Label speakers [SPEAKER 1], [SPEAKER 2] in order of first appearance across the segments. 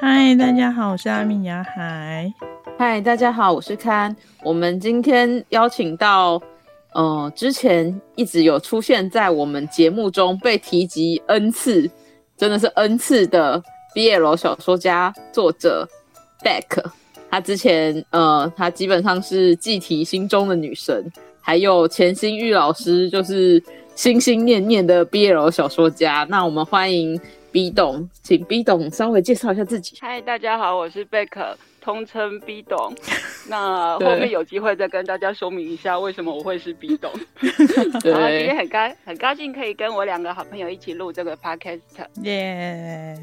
[SPEAKER 1] 嗨，大家好，我是阿米雅海。
[SPEAKER 2] 嗨，大家好，我是康。我们今天邀请到，呃，之前一直有出现在我们节目中被提及 n 次，真的是 n 次的 BL 小说家作者 Beck。他之前，呃，他基本上是季提心中的女神，还有钱新玉老师，就是心心念念的 BL 小说家。那我们欢迎 B 董，请 B 董稍微介绍一下自 己。
[SPEAKER 3] 嗨，大家好，我是贝克，通称 B 董。那后面有机会再跟大家说明一下为什么我会是 B 董。然后今天
[SPEAKER 2] 对，
[SPEAKER 3] 很高很高兴可以跟我两个好朋友一起录这个 podcast。
[SPEAKER 1] 耶、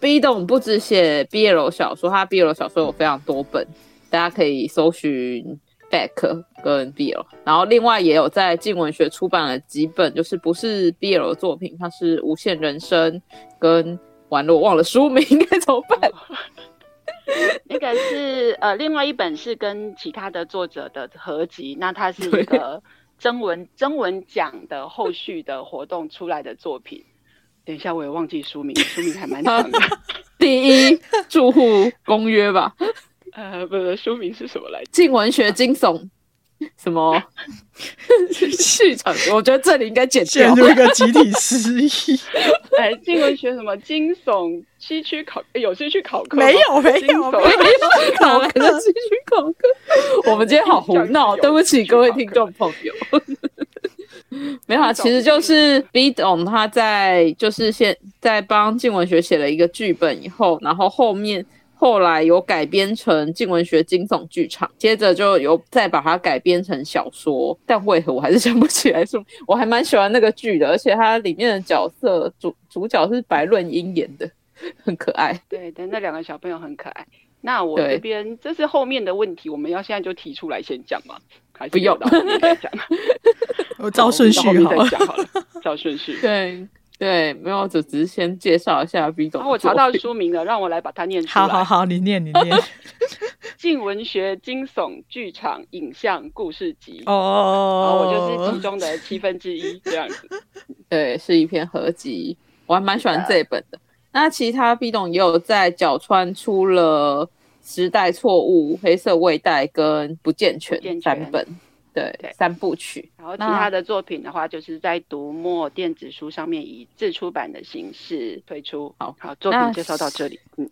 [SPEAKER 2] B 董不止写 BL 小说，他 BL 小说有非常多本，大家可以搜寻 Back 跟 BL，然后另外也有在静文学出版了几本，就是不是 BL 的作品，它是《无限人生》跟完了我忘了书名该怎么办？
[SPEAKER 3] 那个是呃，另外一本是跟其他的作者的合集，那它是一个征文征文奖的后续的活动出来的作品。等一下，我也忘记书名，书名还蛮长的。
[SPEAKER 2] 第一住户公约吧，
[SPEAKER 3] 呃，不是，书名是什么来着？
[SPEAKER 2] 静文学惊悚。什么 续场？我觉得这里应该剪
[SPEAKER 1] 陷
[SPEAKER 2] 掉。
[SPEAKER 1] 入一个集体失忆。
[SPEAKER 3] 哎，静文学什么惊悚西区考，哎有西区考科吗
[SPEAKER 1] 没有，没
[SPEAKER 3] 惊
[SPEAKER 1] 有，
[SPEAKER 3] 悚
[SPEAKER 1] 没有。
[SPEAKER 2] 考可能继续考课。我们今天好胡闹，对不起各位听众朋友。没有啊，其实就是 B 董他在就是现在帮静文学写了一个剧本以后，然后后面后来有改编成静文学惊悚剧场，接着就有再把它改编成小说，但为何我还是想不起来说，我还蛮喜欢那个剧的，而且它里面的角色主主角是白润英演的，很可爱。
[SPEAKER 3] 对，但那两个小朋友很可爱。那我
[SPEAKER 2] 对
[SPEAKER 3] 这边这是后面的问题，我们要现在就提出来先讲吗？还是
[SPEAKER 2] 不用
[SPEAKER 3] 留到后面再讲？
[SPEAKER 1] 我 照顺序
[SPEAKER 3] 好我们到
[SPEAKER 1] 好
[SPEAKER 3] 后
[SPEAKER 1] 了
[SPEAKER 3] 面。再讲好了，照 顺序。
[SPEAKER 2] 对对，没有，就只是先介绍一下 B
[SPEAKER 3] 然
[SPEAKER 2] 总。
[SPEAKER 3] 啊后我查到书名了，让我来把它念出来。
[SPEAKER 1] 好好好，你念，你念。
[SPEAKER 3] 静文学惊悚剧场影像故事集。然后
[SPEAKER 1] 哦，
[SPEAKER 3] 我就是其中的七分之一这样子。
[SPEAKER 2] 对，是一篇合集，我还蛮喜欢这一本的。那其他 B 董也有在角川出了《时代错误》《黑色味带》跟《不健全
[SPEAKER 3] 不健》全
[SPEAKER 2] 三本，对，
[SPEAKER 3] 对
[SPEAKER 2] 三部曲。
[SPEAKER 3] 然后其他的作品的话，就是在读墨电子书上面以自出版的形式推出。
[SPEAKER 2] 好
[SPEAKER 3] 好，作
[SPEAKER 2] 那
[SPEAKER 3] 品介绍到这里。嗯，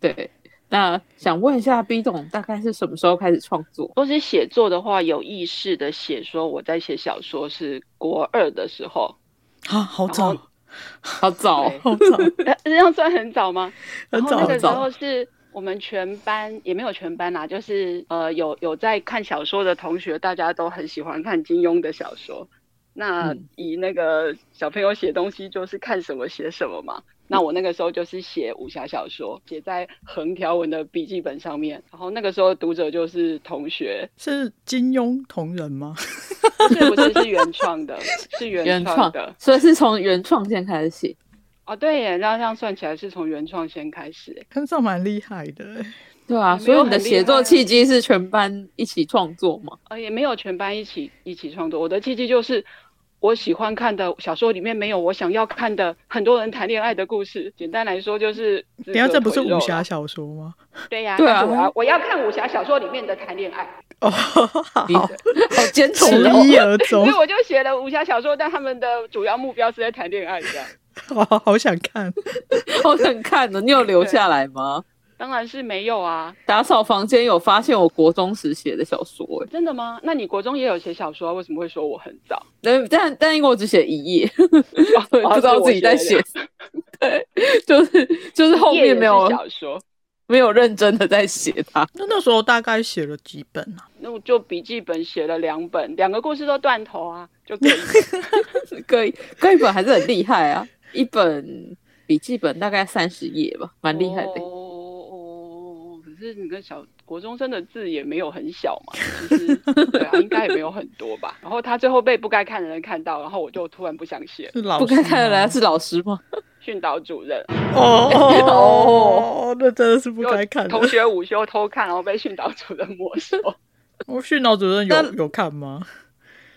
[SPEAKER 2] 对，那想问一下 B 董，大概是什么时候开始创作？
[SPEAKER 3] 若是写作的话，有意识的写说我在写小说是国二的时候，
[SPEAKER 1] 啊，好早
[SPEAKER 3] 然，
[SPEAKER 2] 好早哦，
[SPEAKER 3] 对
[SPEAKER 1] 好早，
[SPEAKER 3] 呃，这样算很早吗？
[SPEAKER 1] 很
[SPEAKER 3] 然后
[SPEAKER 1] 早，
[SPEAKER 3] 那
[SPEAKER 1] 很
[SPEAKER 3] 个时
[SPEAKER 1] 早。
[SPEAKER 3] 候是我们全班也没有全班啦、就是呃有有在看小说的同学，大家都很喜欢看金庸的小说。那
[SPEAKER 2] 嗯
[SPEAKER 3] 以那个小朋友写东西就是看什么写什么嘛。那我那个时候就是写武侠小说，写在横条纹的笔记本上面。然后那个时候读者就是 同学，
[SPEAKER 1] 是金庸同人吗？
[SPEAKER 3] 不是不是是原创的，是原
[SPEAKER 2] 原
[SPEAKER 3] 创
[SPEAKER 2] 创
[SPEAKER 3] 的。，
[SPEAKER 2] 所以是从原创先开始写。
[SPEAKER 3] 哦，对耶，那这样算起来是从原创先开始耶。
[SPEAKER 1] 看上蛮厉害的，
[SPEAKER 2] 对啊，
[SPEAKER 3] 也没
[SPEAKER 2] 所
[SPEAKER 3] 有
[SPEAKER 2] 以你的
[SPEAKER 3] 很厉
[SPEAKER 2] 写
[SPEAKER 3] 害
[SPEAKER 2] 作
[SPEAKER 3] 啊
[SPEAKER 2] 契机是全班一起创作吗？
[SPEAKER 3] 呃，也没有全班一起一起创作。我的契机就是我喜欢看的小说里面没有我想要看的很多人谈恋爱的故事。简单来说就是，
[SPEAKER 1] 等一下这不是武侠？小说吗？
[SPEAKER 3] 对呀、
[SPEAKER 2] 对啊
[SPEAKER 3] 但是我要我要看武侠小说里面的谈恋爱，
[SPEAKER 1] 哦，好，
[SPEAKER 2] 你好坚持
[SPEAKER 1] 从
[SPEAKER 2] 哦。
[SPEAKER 1] 一而终
[SPEAKER 3] 所以，我就写了武侠小说，但他们的主要目标是在谈恋爱这样。
[SPEAKER 1] 好好想看。
[SPEAKER 2] 好想看哦呢，你有留下来吗？
[SPEAKER 3] 当然是没有啊，
[SPEAKER 2] 打扫房间有发现我国中时写的小说、欸，
[SPEAKER 3] 真的吗？那你国中也有写小说，为什么会说我很 早？
[SPEAKER 2] 但但但因为我只写一页， 所以不知道自己在写
[SPEAKER 3] 哦。
[SPEAKER 2] 对，就是就是后面没
[SPEAKER 3] 一页
[SPEAKER 2] 有
[SPEAKER 3] 也是小说，
[SPEAKER 2] 没有认真的在写 它。
[SPEAKER 1] 那那时候大概写了几本啊？
[SPEAKER 3] 那我就笔记本写了两本，两个故事都断头啊，就可以。
[SPEAKER 2] 各一各一本还是很厉害啊， 一本笔记本大概三十页吧，蛮厉害的。
[SPEAKER 3] 哦哦，可是你跟小国中生的字也没有很小嘛，就是对啊，应该也没有很多吧。然后他最后被不该看的人看到，然后我就突然不想写。
[SPEAKER 1] 是老
[SPEAKER 2] 不
[SPEAKER 1] 师
[SPEAKER 2] 该看的
[SPEAKER 1] 吗
[SPEAKER 2] 人是老师吗？
[SPEAKER 3] 训导主任，
[SPEAKER 1] 哦哦，那真的是不
[SPEAKER 3] 不
[SPEAKER 1] 该看的。
[SPEAKER 3] 同学午休偷看，然后被训导主任没收。
[SPEAKER 1] 我训导主任有
[SPEAKER 2] 那
[SPEAKER 1] 有看吗？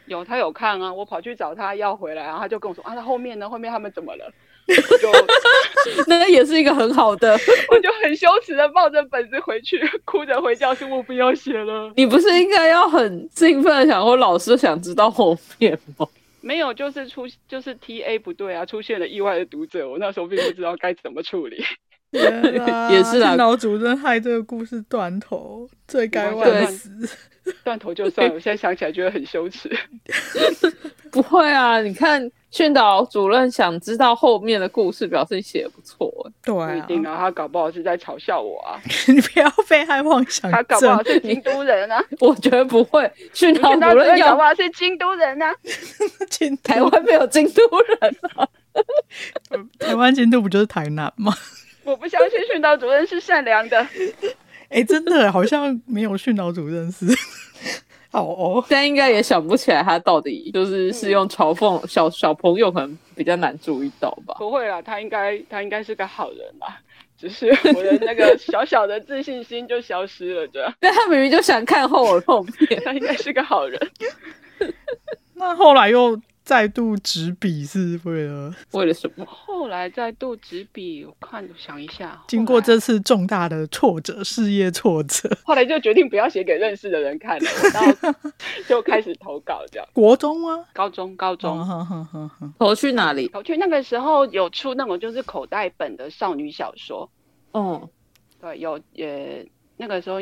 [SPEAKER 3] 有他有看啊，我跑去找他要回来，然后他就跟我说啊，那后面呢？后面他们怎么了？我 就
[SPEAKER 2] 那也是一个很好的。
[SPEAKER 3] 我就很羞耻的抱着本子回去，哭着回教室，我不要写了。
[SPEAKER 2] 你不是应该要很兴奋地想说老师想知道后面吗？
[SPEAKER 3] 没有，就是出就是 T A 不对啊，出现了意外的读者，我那时候并不知道该怎么处理。
[SPEAKER 1] 天啊
[SPEAKER 2] 也是啦
[SPEAKER 1] 是老主任害这个故事断头，罪该
[SPEAKER 2] 对
[SPEAKER 1] 万死。
[SPEAKER 3] 断头就算了，我现在想起来觉得很羞耻。
[SPEAKER 2] 不会啊，你看训导主任想知道后面的故事，表示你写的不错欸、
[SPEAKER 1] 对
[SPEAKER 3] 不一
[SPEAKER 1] 啊，
[SPEAKER 3] 定啊，他搞不好是在嘲笑我啊，
[SPEAKER 1] 你不要被害妄想
[SPEAKER 3] 他搞不好
[SPEAKER 1] 症。
[SPEAKER 3] 是京都 人啊，
[SPEAKER 2] 我觉得不会，训导
[SPEAKER 3] 训导
[SPEAKER 2] 主
[SPEAKER 3] 主
[SPEAKER 2] 任
[SPEAKER 3] 任搞
[SPEAKER 2] 要
[SPEAKER 3] 不好是京都人啊。
[SPEAKER 1] 进
[SPEAKER 2] 台湾没有京都人啊，
[SPEAKER 1] 台湾监督不就是台南吗？
[SPEAKER 3] 我不相信训导主任是善良的，
[SPEAKER 1] 哎、真的好像没有训导主任是。好哦，
[SPEAKER 2] 现在应该也想不起来他到底就是是用嘲讽小小朋友，可能比较难注意到吧。
[SPEAKER 3] 不会啦，他应该他应该是个好人啦，只是我的那个小小的自信心就消失了，这样
[SPEAKER 2] 但他明明就想看后耳后面，
[SPEAKER 3] 他应该是个好 人。
[SPEAKER 1] 那后来又再度执笔是为了
[SPEAKER 2] 为了什 么？
[SPEAKER 3] 后来再度执笔，我看想一下，
[SPEAKER 1] 经过
[SPEAKER 3] 后
[SPEAKER 1] 这次重大的挫折，事业挫折，
[SPEAKER 3] 来后来就决定不要写给认识的人看了，然后就开始投稿这样。
[SPEAKER 1] 国中吗？
[SPEAKER 3] 高中高中，
[SPEAKER 1] 哦哼哼哼哼
[SPEAKER 2] 头去哪里？
[SPEAKER 3] 我去那个时候有出那种就是口袋本的少女小说，
[SPEAKER 2] 嗯，
[SPEAKER 3] 对，有呃那个时候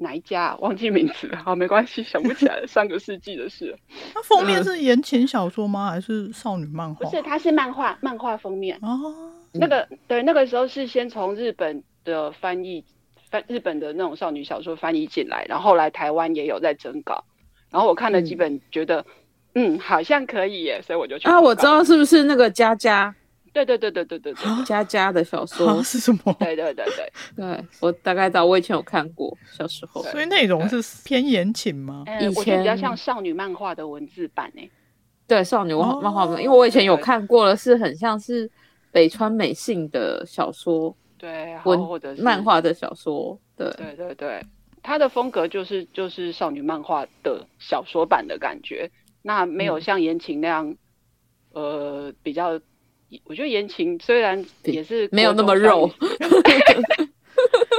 [SPEAKER 3] 哪一家啊、忘记名字了，好没关系，想不起来了，上个世纪的事了。
[SPEAKER 1] 那封面是言情小说吗？还是少女漫画？
[SPEAKER 3] 不是，它是漫画，漫画封面。
[SPEAKER 1] 哦，
[SPEAKER 2] 嗯
[SPEAKER 3] 那个对，那个时候是先从日本的翻译翻日本的那种少女小说翻译进来，然后后来台湾也有在征稿，然后我看了几本，觉得嗯好像可以耶，所以我就去投
[SPEAKER 2] 啊，
[SPEAKER 3] 稿
[SPEAKER 2] 我知，道啊是不是那个佳佳
[SPEAKER 3] 对对对对对对对。
[SPEAKER 2] 佳佳的小
[SPEAKER 1] 啊
[SPEAKER 2] 说？
[SPEAKER 1] 是什么？
[SPEAKER 3] 对对对 对，
[SPEAKER 2] 对，我大概知道，我以前有看过，小时候。
[SPEAKER 1] 所以内容是偏言情吗？
[SPEAKER 3] 嗯
[SPEAKER 2] 以，
[SPEAKER 3] 我觉得比较
[SPEAKER 2] 前
[SPEAKER 3] 像少女漫画的文字版诶。
[SPEAKER 2] 对少女漫
[SPEAKER 1] 哦
[SPEAKER 2] 漫画本，因为我以前有看过的是很像是北川美幸的小说
[SPEAKER 3] 对，然
[SPEAKER 2] 文
[SPEAKER 3] 后哦或者是
[SPEAKER 2] 漫，画的小说，对
[SPEAKER 3] 对对对，它的风格就是就是少女漫画的小说版的感觉，那没有
[SPEAKER 2] 嗯
[SPEAKER 3] 像言情那样，呃，比较，我觉得言情虽然
[SPEAKER 2] 比
[SPEAKER 3] 也是
[SPEAKER 2] 没有那
[SPEAKER 3] 国
[SPEAKER 2] 么
[SPEAKER 3] 中少
[SPEAKER 2] 肉
[SPEAKER 3] 女，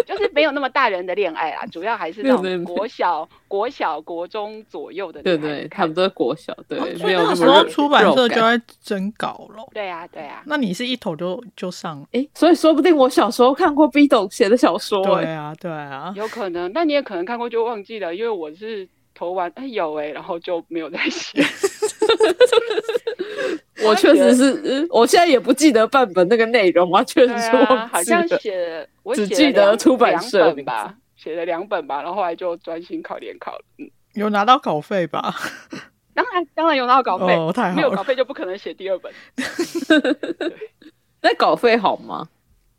[SPEAKER 3] 就是没有那么大人的恋爱啦，主要还是那
[SPEAKER 2] 对对
[SPEAKER 3] 种
[SPEAKER 2] 对
[SPEAKER 3] 国小、国小、国中左右 的
[SPEAKER 2] 对
[SPEAKER 3] 女孩子
[SPEAKER 2] 对，他
[SPEAKER 3] 看
[SPEAKER 2] 们都是国小，对
[SPEAKER 1] 哦，所
[SPEAKER 2] 没
[SPEAKER 1] 以
[SPEAKER 2] 有
[SPEAKER 1] 那
[SPEAKER 2] 那
[SPEAKER 1] 个时
[SPEAKER 2] 么
[SPEAKER 1] 候
[SPEAKER 2] 肉
[SPEAKER 1] 出版社就
[SPEAKER 2] 肉感
[SPEAKER 1] 在征稿了。
[SPEAKER 3] 对啊对啊，
[SPEAKER 1] 那你是一头就就上了？
[SPEAKER 2] 诶，所以说不定我小时候看过 B 董写的小说，
[SPEAKER 1] 对
[SPEAKER 2] 诶
[SPEAKER 1] 啊，对啊。
[SPEAKER 3] 有可能，那你也可能看过就忘记了，因为我是投完哎有哎、然后就没有再写。
[SPEAKER 2] 我确实是，嗯我现在也不记得半本那个内容啊，确实
[SPEAKER 3] 对
[SPEAKER 2] 是
[SPEAKER 3] 啊，
[SPEAKER 2] 忘
[SPEAKER 3] 好
[SPEAKER 2] 记了
[SPEAKER 3] 像。写我
[SPEAKER 2] 只
[SPEAKER 3] 写
[SPEAKER 2] 记
[SPEAKER 3] 了
[SPEAKER 2] 得
[SPEAKER 3] 两
[SPEAKER 2] 出版
[SPEAKER 3] 两
[SPEAKER 2] 社
[SPEAKER 3] 本
[SPEAKER 2] 名
[SPEAKER 3] 吧，写了两本吧，然后后来就专心考联考了。嗯，
[SPEAKER 1] 有拿到稿费吧？
[SPEAKER 3] 当然当然有拿到稿费，
[SPEAKER 1] 哦，太
[SPEAKER 3] 没
[SPEAKER 1] 好
[SPEAKER 3] 有稿
[SPEAKER 1] 了。
[SPEAKER 3] 费就不可能写第二本。
[SPEAKER 2] 那稿费好吗？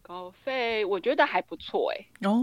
[SPEAKER 3] 稿费我觉得还不错哎、
[SPEAKER 1] 哦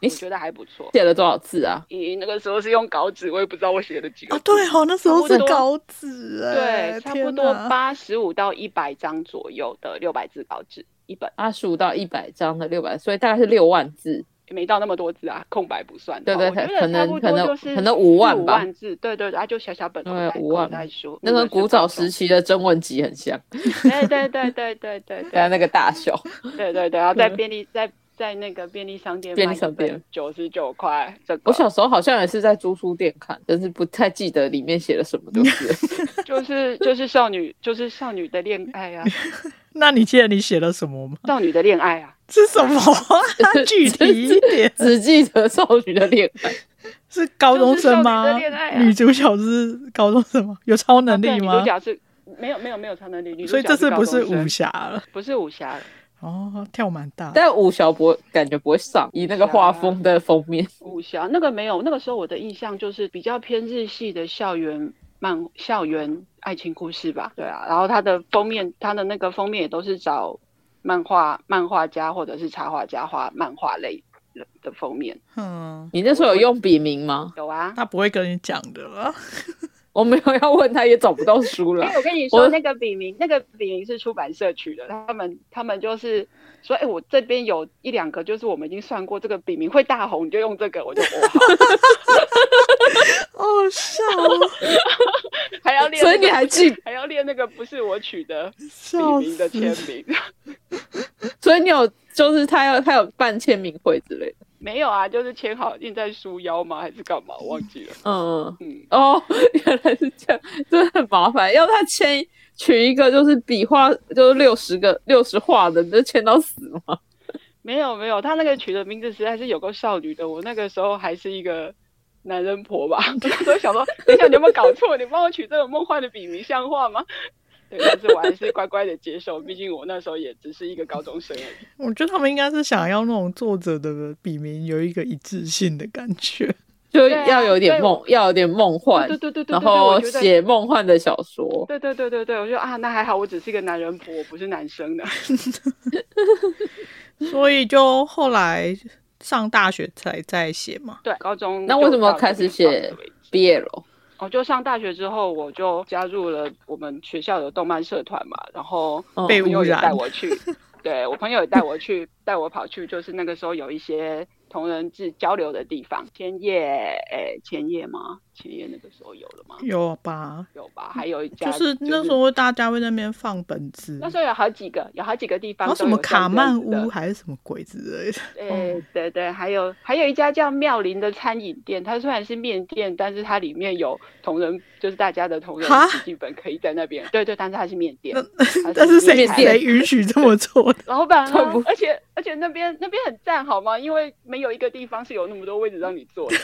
[SPEAKER 2] 你
[SPEAKER 3] 我觉得还不错。
[SPEAKER 2] 写了多少字啊？
[SPEAKER 3] 咦，那个时候是用稿纸，我也不知道我写了几个
[SPEAKER 1] 啊，
[SPEAKER 3] 字。
[SPEAKER 1] 对哦，那时候是
[SPEAKER 3] 差不多
[SPEAKER 1] 稿纸哎，
[SPEAKER 3] 对，差不
[SPEAKER 1] 天
[SPEAKER 3] 多
[SPEAKER 1] 哪
[SPEAKER 3] 八十五到一百张左右的六百字稿纸一本，
[SPEAKER 2] 二十五到一百章的六百，所以大概是六万字。
[SPEAKER 3] 没到那么多字啊，空白不算的
[SPEAKER 2] 对
[SPEAKER 3] 话。
[SPEAKER 2] 对可
[SPEAKER 3] 我觉得差
[SPEAKER 2] 能
[SPEAKER 3] 不
[SPEAKER 2] 可
[SPEAKER 3] 多
[SPEAKER 2] 能
[SPEAKER 3] 就是
[SPEAKER 2] 可能五
[SPEAKER 3] 五
[SPEAKER 2] 万吧
[SPEAKER 3] 万字，对对，然啊后就小小本口
[SPEAKER 2] 对
[SPEAKER 3] 袋
[SPEAKER 2] 五万
[SPEAKER 3] 口袋书，
[SPEAKER 2] 那个
[SPEAKER 3] 是
[SPEAKER 2] 古早
[SPEAKER 3] 高中
[SPEAKER 2] 时期的征文集很像，
[SPEAKER 3] 对对对对对对
[SPEAKER 2] 对啊，
[SPEAKER 3] 对
[SPEAKER 2] 那个大小。
[SPEAKER 3] 对对对，然后在便利在在那个便利商
[SPEAKER 2] 嗯
[SPEAKER 3] 店
[SPEAKER 2] 便利商店
[SPEAKER 3] 九十九块，这个
[SPEAKER 2] 我小时候好像也是在租书店看，但是不太记得里面写了什么东 西。
[SPEAKER 3] 就是就是少女就是少女的恋爱啊，
[SPEAKER 1] 那你记得你写了什么吗？
[SPEAKER 3] 少女的恋 爱啊，
[SPEAKER 1] 是什 么啊？具体一点，
[SPEAKER 2] 只记得少女的恋 爱，
[SPEAKER 1] 是高中生
[SPEAKER 3] 就是
[SPEAKER 1] 吗
[SPEAKER 3] 少女的恋爱？啊
[SPEAKER 1] 女主角是高中生吗？ 有超能
[SPEAKER 3] 啊
[SPEAKER 1] 力
[SPEAKER 3] 对女
[SPEAKER 1] 吗
[SPEAKER 3] 主？角是没有没有没有超能力，女主
[SPEAKER 1] 所以这
[SPEAKER 3] 角
[SPEAKER 1] 次不
[SPEAKER 3] 是
[SPEAKER 1] 是
[SPEAKER 3] 高中生
[SPEAKER 1] 武侠了
[SPEAKER 3] 不是武侠了，
[SPEAKER 1] 哦，跳蛮大的。
[SPEAKER 2] 但武侠不会感觉不会上，以那个画风的封面，
[SPEAKER 3] 武侠那个没有，那个时候我的印象就是比较偏日系的校园漫校园爱情故事吧，对啊，然后它的封面，它的那个封面也都是找漫画漫画家或者是插画家画漫画类的的封面，
[SPEAKER 1] 嗯，
[SPEAKER 2] 你那时候有用笔名吗？
[SPEAKER 3] 有啊，
[SPEAKER 1] 他不会跟你讲的啦。
[SPEAKER 2] 我没有要问他，也找不到书了
[SPEAKER 3] 哎、。我跟你
[SPEAKER 2] 我
[SPEAKER 3] 说，那个笔名，那个笔名是出版社取的，他们他们就是说，哎、我这边有一两个，就是我们已经算过，这个笔名会大红，你就用这个，我就哦好，
[SPEAKER 1] 好笑哦，
[SPEAKER 3] 还要练、
[SPEAKER 2] 所以你还记，
[SPEAKER 3] 还要练那个不是我取的笔
[SPEAKER 1] 笑
[SPEAKER 3] 名的签
[SPEAKER 1] 死！
[SPEAKER 3] 名，
[SPEAKER 2] 所以你有就是他要他有办签名会之类的。
[SPEAKER 3] 没有啊，就是签好印在书腰吗？还是干 嘛？我忘记了。
[SPEAKER 2] 嗯，
[SPEAKER 3] 嗯，
[SPEAKER 2] 哦， 原来是这样，真的很麻烦。要他签取一个就是笔画就是六十个六十画的，你就签到死吗？
[SPEAKER 3] 没有没有，他那个取的名字实在是有个少女的，我那个时候还是一个。男人婆 吧，我那时候想说，等一下你有没有搞错？你帮我取这个梦幻的笔名像话吗？对，但是我还是乖乖的接受，毕竟我那时候也只是一个高中生而 已。
[SPEAKER 1] 我觉得他们应该是想要那种作者的笔名有一个一致性的感觉。
[SPEAKER 2] 就
[SPEAKER 3] 对啊
[SPEAKER 2] 要有点
[SPEAKER 3] 对
[SPEAKER 2] 梦，要有点梦幻，
[SPEAKER 3] 对对对对对，
[SPEAKER 2] 然
[SPEAKER 3] 对我
[SPEAKER 2] 后
[SPEAKER 3] 觉得
[SPEAKER 2] 写梦幻的小说。
[SPEAKER 3] 对对对对对，我就啊，那还好，我只是一个男人婆，我不是男生的。
[SPEAKER 1] 所以就后来上大学才在写嘛。
[SPEAKER 3] 对，高中
[SPEAKER 2] 那
[SPEAKER 3] 就
[SPEAKER 2] 为什么
[SPEAKER 3] 到
[SPEAKER 2] 开
[SPEAKER 3] 这
[SPEAKER 2] 始
[SPEAKER 3] 边
[SPEAKER 2] 写
[SPEAKER 3] 到此为止
[SPEAKER 2] BL？
[SPEAKER 3] 哦，就上大学之后，我就加入了我们学校的动漫社团嘛，然后
[SPEAKER 2] 嗯
[SPEAKER 3] 我
[SPEAKER 1] 被
[SPEAKER 3] 朋友
[SPEAKER 1] 污
[SPEAKER 3] 也
[SPEAKER 1] 染
[SPEAKER 3] 带我去，对我朋友也带我去，带我跑去，就是那个时候有一些同人志交流的地方，千叶，诶、千叶吗？千叶那个时候有了吗？
[SPEAKER 1] 有吧？
[SPEAKER 3] 有吧？还有一家，
[SPEAKER 1] 就是那时候大家会在那边放本子，
[SPEAKER 3] 那时候有好几个，有好几个地方
[SPEAKER 1] 然
[SPEAKER 3] 都
[SPEAKER 1] 后什
[SPEAKER 3] 有
[SPEAKER 1] 么卡
[SPEAKER 3] 像这
[SPEAKER 1] 曼
[SPEAKER 3] 样子的
[SPEAKER 1] 屋还是什么鬼之类的。
[SPEAKER 3] 对对对，还有还有一家叫妙龄的餐饮店，它虽然是面店，但是它里面有同人，就是大家的同人
[SPEAKER 1] 哈
[SPEAKER 3] 笔记本可以在那边。对对，但是它是面店，
[SPEAKER 1] 但是谁
[SPEAKER 2] 面店
[SPEAKER 1] 谁允许这么做的？
[SPEAKER 3] 老板
[SPEAKER 2] 这不
[SPEAKER 3] 啊，而且而且那边那边很赞，好吗？因为没有一个地方是有那么多位置让你坐的，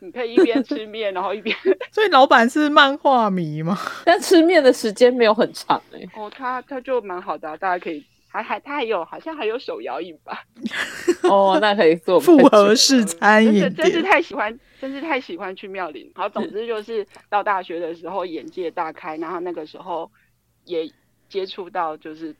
[SPEAKER 3] 你可以一边吃面，然后一边
[SPEAKER 1] 所以老板是漫画迷吗？
[SPEAKER 2] 但吃面的时间没有很长哎、
[SPEAKER 3] 哦，它它就蛮好的啊、大家可以还还它还有好像还有手摇饮吧，
[SPEAKER 2] 哦，那可以做
[SPEAKER 1] 复合式餐
[SPEAKER 3] 真是
[SPEAKER 1] 饮
[SPEAKER 3] 真是
[SPEAKER 1] 店，
[SPEAKER 3] 太喜欢，真是太喜欢去妙龄。好，总之就是到大学的时候眼界大开，然后那个时候也接触到就是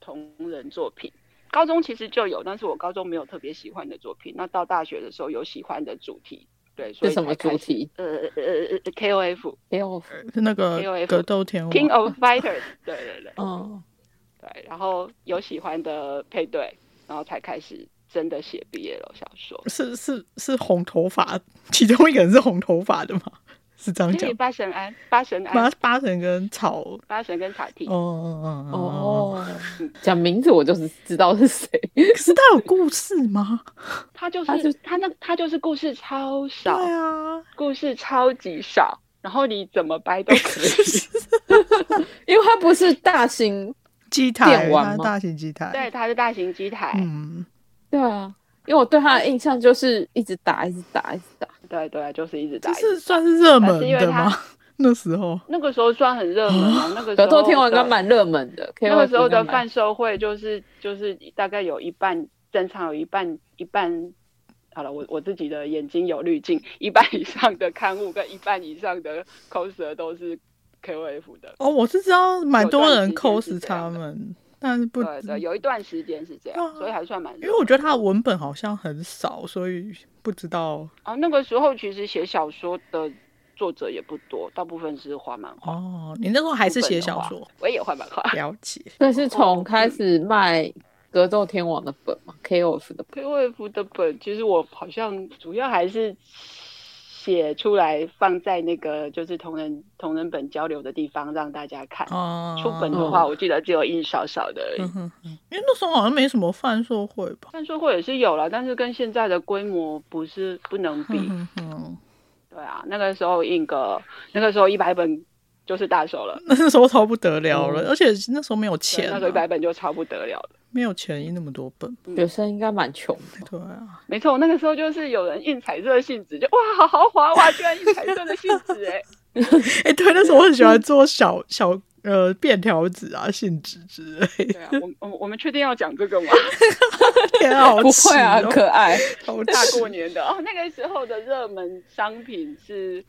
[SPEAKER 3] 同人作品。高中其实就有，但是我高中没有特别喜欢的作品。那到大学的时候有喜欢的主题，对，所
[SPEAKER 2] 是
[SPEAKER 3] 以
[SPEAKER 2] 什么
[SPEAKER 3] 才开
[SPEAKER 2] 主
[SPEAKER 3] 始？
[SPEAKER 2] 题？
[SPEAKER 3] 呃呃呃呃，K O
[SPEAKER 1] 哦
[SPEAKER 3] F
[SPEAKER 2] 哎呦，
[SPEAKER 1] 是那个
[SPEAKER 3] KOF
[SPEAKER 1] 格斗天王
[SPEAKER 3] King of Fighters，对对对
[SPEAKER 2] 嗯，
[SPEAKER 3] 对。然后有喜欢的配对，然后才开始真的写毕业了小说。
[SPEAKER 1] 是是是红头发，其中一个人是红头发的吗？ 是这样
[SPEAKER 3] 谢
[SPEAKER 1] 讲
[SPEAKER 3] 谢？八神庵，八神
[SPEAKER 1] 八
[SPEAKER 3] 庵，
[SPEAKER 1] 八神跟草，哦
[SPEAKER 3] 八神跟塔蒂。
[SPEAKER 1] 哦哦哦，
[SPEAKER 2] 哦，讲名字我就是知道是谁。
[SPEAKER 1] 可是他有故事 吗？
[SPEAKER 3] 他就是
[SPEAKER 2] 他
[SPEAKER 3] 他
[SPEAKER 2] 就
[SPEAKER 3] 那他就是故事超
[SPEAKER 1] 对
[SPEAKER 3] 少，
[SPEAKER 1] 啊，
[SPEAKER 3] 故事超级少，然后你怎么掰都可以。
[SPEAKER 2] 因为他不是大型，
[SPEAKER 1] 机台，
[SPEAKER 2] 电玩
[SPEAKER 1] 他
[SPEAKER 2] 吗
[SPEAKER 1] 大型机台，
[SPEAKER 3] 对，，它是大型机台，
[SPEAKER 1] 嗯，
[SPEAKER 2] 对啊，因为我对他的印象就是一直打，一直打，一直打。
[SPEAKER 3] 对对，就是一直打
[SPEAKER 1] 这
[SPEAKER 3] 一直打。
[SPEAKER 1] 是算是热门
[SPEAKER 3] 但是因为
[SPEAKER 1] 的
[SPEAKER 3] 他
[SPEAKER 1] 吗？ 那时候
[SPEAKER 3] 那个时候算很热门 啊，那个时
[SPEAKER 2] 格
[SPEAKER 3] 候
[SPEAKER 2] 斗天王应
[SPEAKER 3] 的
[SPEAKER 2] 该蛮热门的，
[SPEAKER 3] 那个时候
[SPEAKER 2] KOF 应该
[SPEAKER 3] 的
[SPEAKER 2] 蛮
[SPEAKER 3] 贩售会就是就是大概有一半正常有一半一半。好了，我我自己的眼睛有滤镜，一半以上的刊物跟一半以上的 coser 都是 KOF 的，
[SPEAKER 1] 哦，我是知道蛮多人
[SPEAKER 3] 有段时
[SPEAKER 1] cos
[SPEAKER 3] 间是这样
[SPEAKER 1] 他
[SPEAKER 3] 的
[SPEAKER 1] 们，但是不，
[SPEAKER 3] 对对，有一段时间是这
[SPEAKER 1] 对啊
[SPEAKER 3] 样，所以还算蛮热门。
[SPEAKER 1] 因为我觉得他的文本好像很少，所以不知道
[SPEAKER 3] 啊，那个时候其实写小说的作者也不多，大部分是画漫画。
[SPEAKER 1] 哦。你那时候还是
[SPEAKER 3] 部分
[SPEAKER 1] 写
[SPEAKER 3] 的
[SPEAKER 1] 小
[SPEAKER 3] 话
[SPEAKER 1] 说，
[SPEAKER 3] 我也画漫画。
[SPEAKER 1] 了解。
[SPEAKER 2] 所以是
[SPEAKER 3] 哦
[SPEAKER 2] 从开始卖格斗天王的本嘛，KOF 的本。
[SPEAKER 3] K O F 的本，其实我好像主要还是写出来放在那个就是同人同人本交流的地方让大家看。
[SPEAKER 1] 哦，
[SPEAKER 3] 出本的话，我记得只有印少少的而已
[SPEAKER 1] 嗯。哼哼，因为那时候好像没什么贩售会吧。
[SPEAKER 3] 但说会也是有了，但是跟现在的规模不是不能比。
[SPEAKER 1] 嗯哼哼，
[SPEAKER 3] 对啊，那个时候印个，那个时候一百本就是大手了，
[SPEAKER 1] 那时候超不得了了，
[SPEAKER 2] 嗯
[SPEAKER 1] 而且那时候没有
[SPEAKER 3] 对
[SPEAKER 1] 钱、
[SPEAKER 3] 那
[SPEAKER 1] 啊
[SPEAKER 3] 时候一，百本就超不得了了。
[SPEAKER 1] 没有钱印那么多本。
[SPEAKER 2] 学生应该蛮穷的，
[SPEAKER 1] 对啊，
[SPEAKER 3] 没错，那个时候就是有人印彩色信纸，就哇，好豪华哇，居然印彩色的信纸哎、
[SPEAKER 1] 哎、对，那时候我很喜欢做小小呃便条纸啊、信纸之类的，
[SPEAKER 3] 对啊，我 们我们我们确定要讲这 个吗？
[SPEAKER 1] 天啊，好
[SPEAKER 2] 不
[SPEAKER 1] 耻
[SPEAKER 2] 会啊，
[SPEAKER 1] 哦
[SPEAKER 2] 很可 爱。
[SPEAKER 1] 好耻
[SPEAKER 3] 大过年的哦，那个时候的热门商品是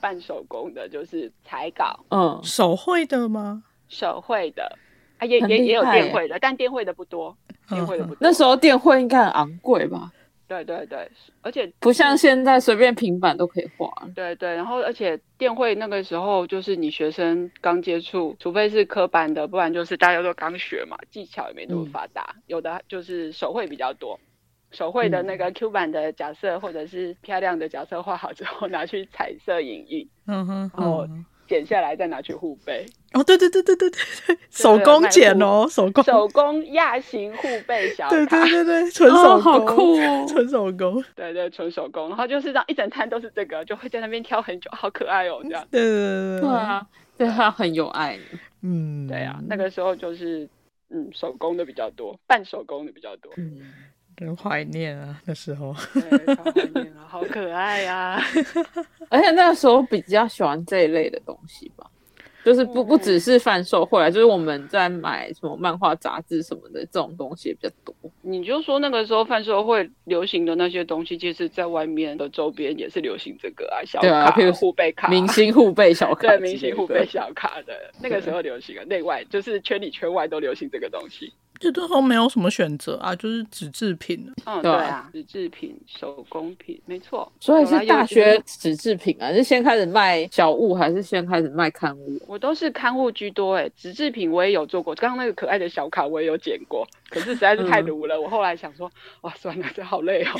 [SPEAKER 3] 半手工的，就是彩稿、
[SPEAKER 2] 嗯，
[SPEAKER 1] 手绘的吗？
[SPEAKER 3] 手绘的，啊也
[SPEAKER 2] 很
[SPEAKER 3] 也
[SPEAKER 2] 厉
[SPEAKER 3] 也有
[SPEAKER 2] 害欸嗯
[SPEAKER 3] 电
[SPEAKER 2] 耶
[SPEAKER 1] 嗯
[SPEAKER 3] 绘的，但电绘的不多，电绘的不多。
[SPEAKER 2] 那时候电绘应该很昂贵吧？
[SPEAKER 3] 对对对，而且
[SPEAKER 2] 不像现在随便平板都可以画。
[SPEAKER 3] 对对，然后而且电绘那个时候就是你学生刚接触，除非是科班的，不然就是大家都刚学嘛，技巧也没那
[SPEAKER 1] 嗯
[SPEAKER 3] 么发达，有的就是手绘比较多。手绘的
[SPEAKER 1] 嗯
[SPEAKER 3] 那个 Q 版的角色，或者是漂亮的角色画好之后，拿去彩色影印，
[SPEAKER 1] 嗯哼，
[SPEAKER 3] 然后
[SPEAKER 1] 嗯
[SPEAKER 3] 剪下来再拿去护背，
[SPEAKER 1] 哦，对对对对对对对，手工剪哦，手工，
[SPEAKER 3] 手工亚型护背小
[SPEAKER 1] 对
[SPEAKER 3] 卡
[SPEAKER 1] 对，对对，纯手
[SPEAKER 2] 哦
[SPEAKER 1] 工，
[SPEAKER 2] 好酷哦
[SPEAKER 1] 纯手工，
[SPEAKER 3] 对对，纯手工，然后就是让一整摊都是这个，就会在那边挑很久，好可爱哦，这样。
[SPEAKER 1] 对对对
[SPEAKER 2] 对，啊，对他很有爱。。
[SPEAKER 1] 嗯，
[SPEAKER 3] 对啊，那个时候就是嗯，手工的比较多，半手工的比较多
[SPEAKER 2] 嗯，
[SPEAKER 1] 真怀念啊，那时候，
[SPEAKER 3] 对，超怀念啊好可爱呀、啊！
[SPEAKER 2] 而且那个时候比较喜欢这一类的东西吧，就是不
[SPEAKER 3] 嗯
[SPEAKER 2] 不只是贩售会啊，就是我们在买什么漫画杂志什么的这种东西也比较多。
[SPEAKER 3] 你就说那个时候贩售会流行的那些东西，其实在外面的周边也是流行这个啊，小
[SPEAKER 2] 对啊
[SPEAKER 3] 卡、
[SPEAKER 2] 譬如
[SPEAKER 3] 护贝卡、啊
[SPEAKER 2] 明星护贝小卡之类
[SPEAKER 3] 对
[SPEAKER 2] 的，
[SPEAKER 3] 明星护贝小卡的，那个时候流行啊，内外就是圈里圈外都流行这个东西。
[SPEAKER 1] 就最后没有什么选择啊，就是纸制品，
[SPEAKER 3] 嗯，
[SPEAKER 2] 对
[SPEAKER 3] 对
[SPEAKER 2] 啊
[SPEAKER 3] 啊，纸制品、手工品，没错。
[SPEAKER 2] 所以
[SPEAKER 3] 有啦
[SPEAKER 2] 是大。
[SPEAKER 3] 有有
[SPEAKER 2] 学纸制品啊，是先开始卖小物，还是先开始卖刊物？
[SPEAKER 3] 我都是刊物居多哎、纸制品我也有做过，刚刚那个可爱的小卡我也有剪过，可是实在是太
[SPEAKER 2] 嗯
[SPEAKER 3] 鲁了，我后来想说，哇，算了，这好累哦。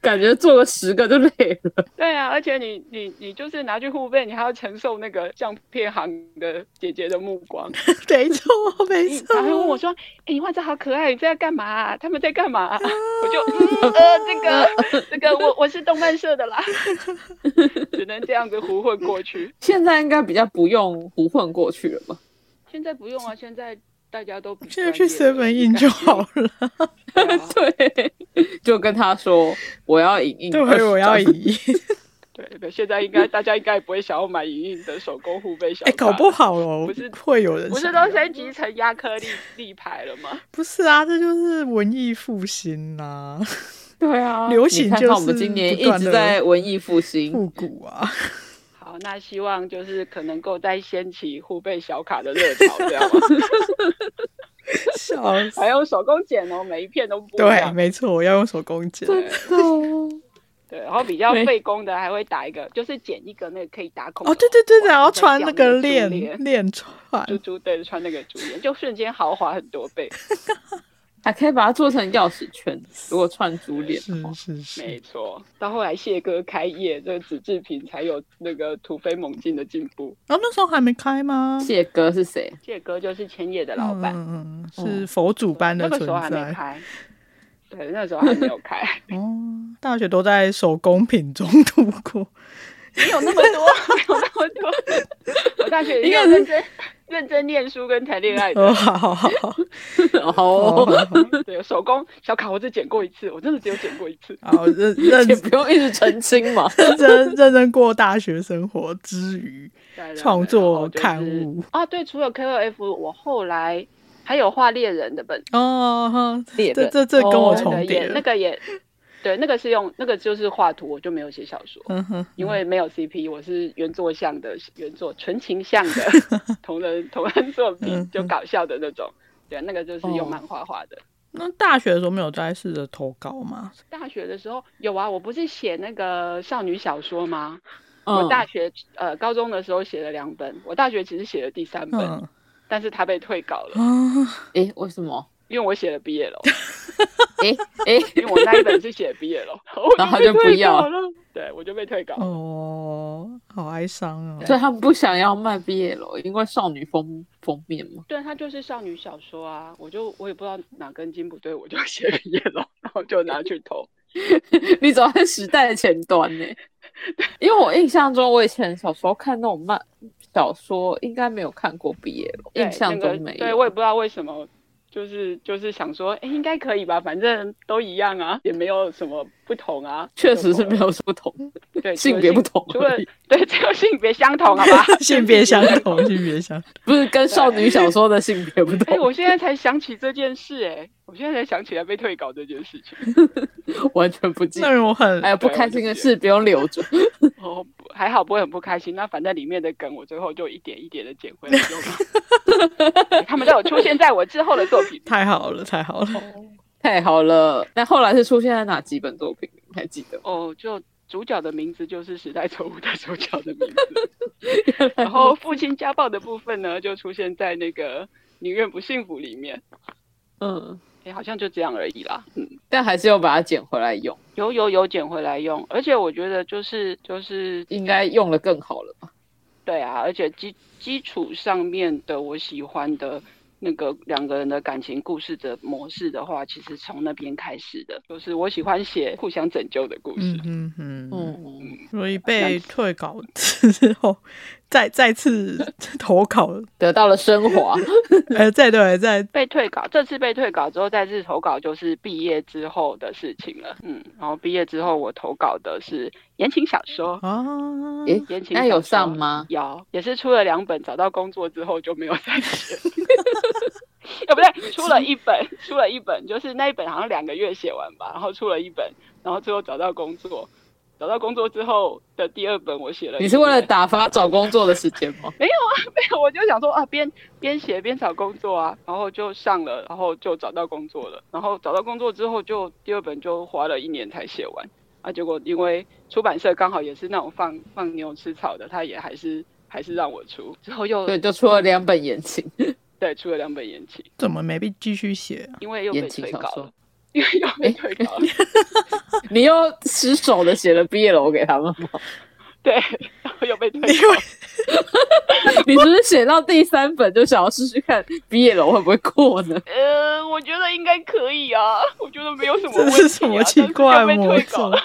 [SPEAKER 2] 感觉做个十个就累了。
[SPEAKER 3] 对啊，而且你你你就是拿去护背，你还要承受那个相片行的姐姐的目光，
[SPEAKER 1] 没错没
[SPEAKER 3] 嗯
[SPEAKER 1] 错，
[SPEAKER 3] 她还问我说，哎、你画这好可爱，你在干嘛、啊？他们在干嘛啊、我就、嗯、呃，这个这个我我是动漫社的啦， 只能这样子胡混过去。
[SPEAKER 2] 现在应该比较不用胡混过去了吧？
[SPEAKER 3] 现在不用啊，现在大家都比
[SPEAKER 1] 现在去
[SPEAKER 3] 专
[SPEAKER 1] seven
[SPEAKER 3] 业了
[SPEAKER 1] 印就好。了，
[SPEAKER 3] 对啊
[SPEAKER 2] 对，就跟他说我要影印，
[SPEAKER 1] 对，我要移，
[SPEAKER 3] 对对，现在应该大家应该也不会想要买影印的手工护背小卡，
[SPEAKER 1] 哎，搞不好哦
[SPEAKER 3] 不是，
[SPEAKER 1] 会有人
[SPEAKER 3] 不是
[SPEAKER 1] 想
[SPEAKER 3] 都
[SPEAKER 1] 要
[SPEAKER 3] 升级成亚克力立牌了吗？
[SPEAKER 1] 不是啊，这就是文艺复兴啦、
[SPEAKER 2] 对啊，
[SPEAKER 1] 流行
[SPEAKER 2] 你看
[SPEAKER 1] 就
[SPEAKER 2] 看
[SPEAKER 1] 是
[SPEAKER 2] 我们今年
[SPEAKER 1] 不
[SPEAKER 2] 一
[SPEAKER 1] 断地
[SPEAKER 2] 直在文艺复兴，
[SPEAKER 1] 复古啊，
[SPEAKER 3] 好，那希望就是可能够再掀起护背小卡的热潮，这样吗？
[SPEAKER 1] 笑死。
[SPEAKER 3] 还用手工剪哦，每一片都不一
[SPEAKER 1] 对，
[SPEAKER 3] 样。
[SPEAKER 1] 没错，我要用手工剪。
[SPEAKER 2] 真的。
[SPEAKER 3] 对，然后比较费工的还会打一个，就是剪一个那个可以打孔的
[SPEAKER 1] 哦，对对对对，
[SPEAKER 3] 环
[SPEAKER 1] 然后穿那个
[SPEAKER 3] 再
[SPEAKER 1] 链
[SPEAKER 3] 绑个珠链
[SPEAKER 1] 链串，
[SPEAKER 3] 珠珠对，穿那个珠帘，就瞬间豪华很多倍。
[SPEAKER 2] 还可以把它做成钥匙 圈，如果串珠链的话
[SPEAKER 1] 是。是是
[SPEAKER 3] 没，错，到后来谢哥开业，这个纸制品才有那个突飞猛进的进步。
[SPEAKER 1] 然后那时候还没开吗？
[SPEAKER 2] 谢哥 是谁？
[SPEAKER 3] 谢哥就是千叶的老板，
[SPEAKER 1] 嗯嗯嗯，
[SPEAKER 2] 嗯
[SPEAKER 1] 是佛祖般的
[SPEAKER 3] 那个
[SPEAKER 1] 存
[SPEAKER 3] 时候还没
[SPEAKER 1] 在。
[SPEAKER 3] 开，对，那时候还没有开，
[SPEAKER 1] 哦，大学都在手工品中度 过。
[SPEAKER 3] 没有那么多，没有那么多。我大学也有认真认真念书跟谈恋爱的，
[SPEAKER 1] 哦，好好 好，好好
[SPEAKER 2] 哦，
[SPEAKER 1] 好
[SPEAKER 3] 对，手工小卡我只剪过一次，我真的只有剪过一次。
[SPEAKER 1] 好，认认
[SPEAKER 2] 也不用一直澄清 嘛。
[SPEAKER 1] 认真认真过大学生活之余，
[SPEAKER 3] 对对
[SPEAKER 1] 创
[SPEAKER 3] 对然
[SPEAKER 1] 作
[SPEAKER 3] 后就是
[SPEAKER 1] 刊物
[SPEAKER 3] 啊，对，除了 K O F，我后来还有画猎人的本，
[SPEAKER 1] 哦，哈
[SPEAKER 2] 猎
[SPEAKER 1] 这
[SPEAKER 2] 人
[SPEAKER 1] 这这跟我
[SPEAKER 2] 哦
[SPEAKER 3] 对
[SPEAKER 1] 重
[SPEAKER 3] 对
[SPEAKER 1] 叠
[SPEAKER 3] 也那
[SPEAKER 1] 了。
[SPEAKER 3] 个也。对，那个是用那个就是画图，我就没有写小说。
[SPEAKER 1] 嗯哼，
[SPEAKER 3] 因为没有 CP，我是原作向的原作纯情向 的同人同人
[SPEAKER 1] 嗯
[SPEAKER 3] 作
[SPEAKER 1] 哦
[SPEAKER 3] 品，就搞笑的那种。对，那个就是用漫画画的。
[SPEAKER 1] 那大学的时候没有在试着投稿吗？
[SPEAKER 3] 大学的时候有啊，我不是写那个少女小说吗？我
[SPEAKER 2] 嗯，
[SPEAKER 3] 大学呃高中的时候写了两本，我大学其实写了第三本，
[SPEAKER 1] 嗯
[SPEAKER 3] 但是他被退稿
[SPEAKER 2] 嗯
[SPEAKER 3] 了，
[SPEAKER 1] 啊，
[SPEAKER 2] 诶，为什么？
[SPEAKER 3] 因为我写了 毕业了，
[SPEAKER 2] 诶 诶，
[SPEAKER 3] 因为我那一本是写毕业了，
[SPEAKER 2] 然后
[SPEAKER 3] 我就
[SPEAKER 2] 他就
[SPEAKER 3] 被
[SPEAKER 2] 不
[SPEAKER 3] 退稿
[SPEAKER 2] 要嗯
[SPEAKER 3] 了，对我就被退稿了。
[SPEAKER 1] 哦，好哀伤哦。，
[SPEAKER 2] 所以他们不想要卖 BL，因为少女封封面嘛。
[SPEAKER 3] 对，它就是少女小说啊，我就我也不知道哪根筋不对，我就 写毕业了，然后就拿去 投。
[SPEAKER 2] 你走在时代的前端呢、 因为我印象中，我以前小时候看那种漫小说，应该没有看过 BL，
[SPEAKER 3] 对
[SPEAKER 2] 印象中
[SPEAKER 3] 那
[SPEAKER 2] 没
[SPEAKER 3] 个。对，
[SPEAKER 2] 有。
[SPEAKER 3] 我也不知道为什么，就是就是想说，哎，应该可以吧，反正都一样啊，也没有什么不同啊。
[SPEAKER 2] 确实是没有不同，
[SPEAKER 3] 有对
[SPEAKER 2] 性别不同
[SPEAKER 3] 除了
[SPEAKER 2] 而已
[SPEAKER 3] 对只有性别相同，好吧
[SPEAKER 1] 性别相。同，性别相同。
[SPEAKER 2] 不是跟少女小 说的性别不
[SPEAKER 3] 哎，
[SPEAKER 2] 同。
[SPEAKER 3] 我现在才想起这件事，哎，我现在才想起来被退稿这件事情。
[SPEAKER 2] 完全不记得
[SPEAKER 1] 那。让我很
[SPEAKER 2] 哎呀，不开心的事不用留着。
[SPEAKER 3] 哦，不还好不会很不开心。那反正里面的梗，我最后就一点一点的捡回来用了。他们都有出现在我之后的作品。
[SPEAKER 1] 太好了，太好了。
[SPEAKER 2] 太好了。那后来是出现在哪几本作品？你还记得吗？
[SPEAKER 3] 哦，就主角的名字就是时代错误的主角的名字，
[SPEAKER 2] 原来
[SPEAKER 3] 然后父亲家暴的部分呢，就出现在那个《女人不幸福》里面。
[SPEAKER 2] 嗯，
[SPEAKER 3] 哎，好像就这样而已啦。嗯，
[SPEAKER 2] 但还是要把它捡回来用，
[SPEAKER 3] 有有有捡回来用，而且我觉得就是就是
[SPEAKER 2] 应该用的更好了吧？
[SPEAKER 3] 对啊，而且基基础上面的我喜欢的那个两个人的感情故事的模式的话，其实从那边开始的，就是我喜欢写互相拯救的故事。
[SPEAKER 1] 嗯嗯嗯嗯，
[SPEAKER 2] 嗯，
[SPEAKER 1] 所以被退稿之后，再再次投稿，
[SPEAKER 2] 得到了升 华。
[SPEAKER 1] 呃，再对再
[SPEAKER 3] 被退稿，这次被退稿之后再次投稿就是毕业之后的事情了。嗯，然后毕业之后我投稿的是言情小说。
[SPEAKER 1] 啊，
[SPEAKER 2] 诶
[SPEAKER 3] 言情
[SPEAKER 2] 那
[SPEAKER 3] 小
[SPEAKER 2] 有
[SPEAKER 3] 说
[SPEAKER 2] 上吗？
[SPEAKER 3] 有，也是出了两本，找到工作之后就没有再写。 呃，不对，出了一本，出了一本，就是那一本好像两个月写完吧，然后出了一本，然后最后找到工作，找到工作之后的第二本我写了一年。
[SPEAKER 2] 你是为了打发找工作的时间吗？
[SPEAKER 3] 没有？我就想说啊，边边写边找工作啊，然后就上了，然后就找到工作了，然后找到工作之后就第二本就花了一年才写完啊，结果因为出版社刚好也是那种放放牛吃草的，他也还是还是让我出，之后又
[SPEAKER 2] 对，就出了两本言情
[SPEAKER 3] 对出了两本言情，
[SPEAKER 1] 怎么没被继续写啊？
[SPEAKER 3] 因为又被
[SPEAKER 2] 言情
[SPEAKER 3] 退
[SPEAKER 2] 小
[SPEAKER 3] 稿了
[SPEAKER 2] 说。，
[SPEAKER 3] 因为又被退稿了。
[SPEAKER 2] 你又失手的写了毕业楼给他 们吗？
[SPEAKER 3] 对，然后又被退
[SPEAKER 1] 因为
[SPEAKER 3] 稿。
[SPEAKER 2] 你是不是写到第三本就想要试试看毕业楼会不会过呢？
[SPEAKER 3] 呃，我觉得应该可以啊，我觉得没有什么问
[SPEAKER 1] 这
[SPEAKER 3] 题、啊。
[SPEAKER 1] 是什么奇怪
[SPEAKER 3] 但是又
[SPEAKER 1] 魔
[SPEAKER 3] 被退稿
[SPEAKER 1] 咒
[SPEAKER 3] 了？？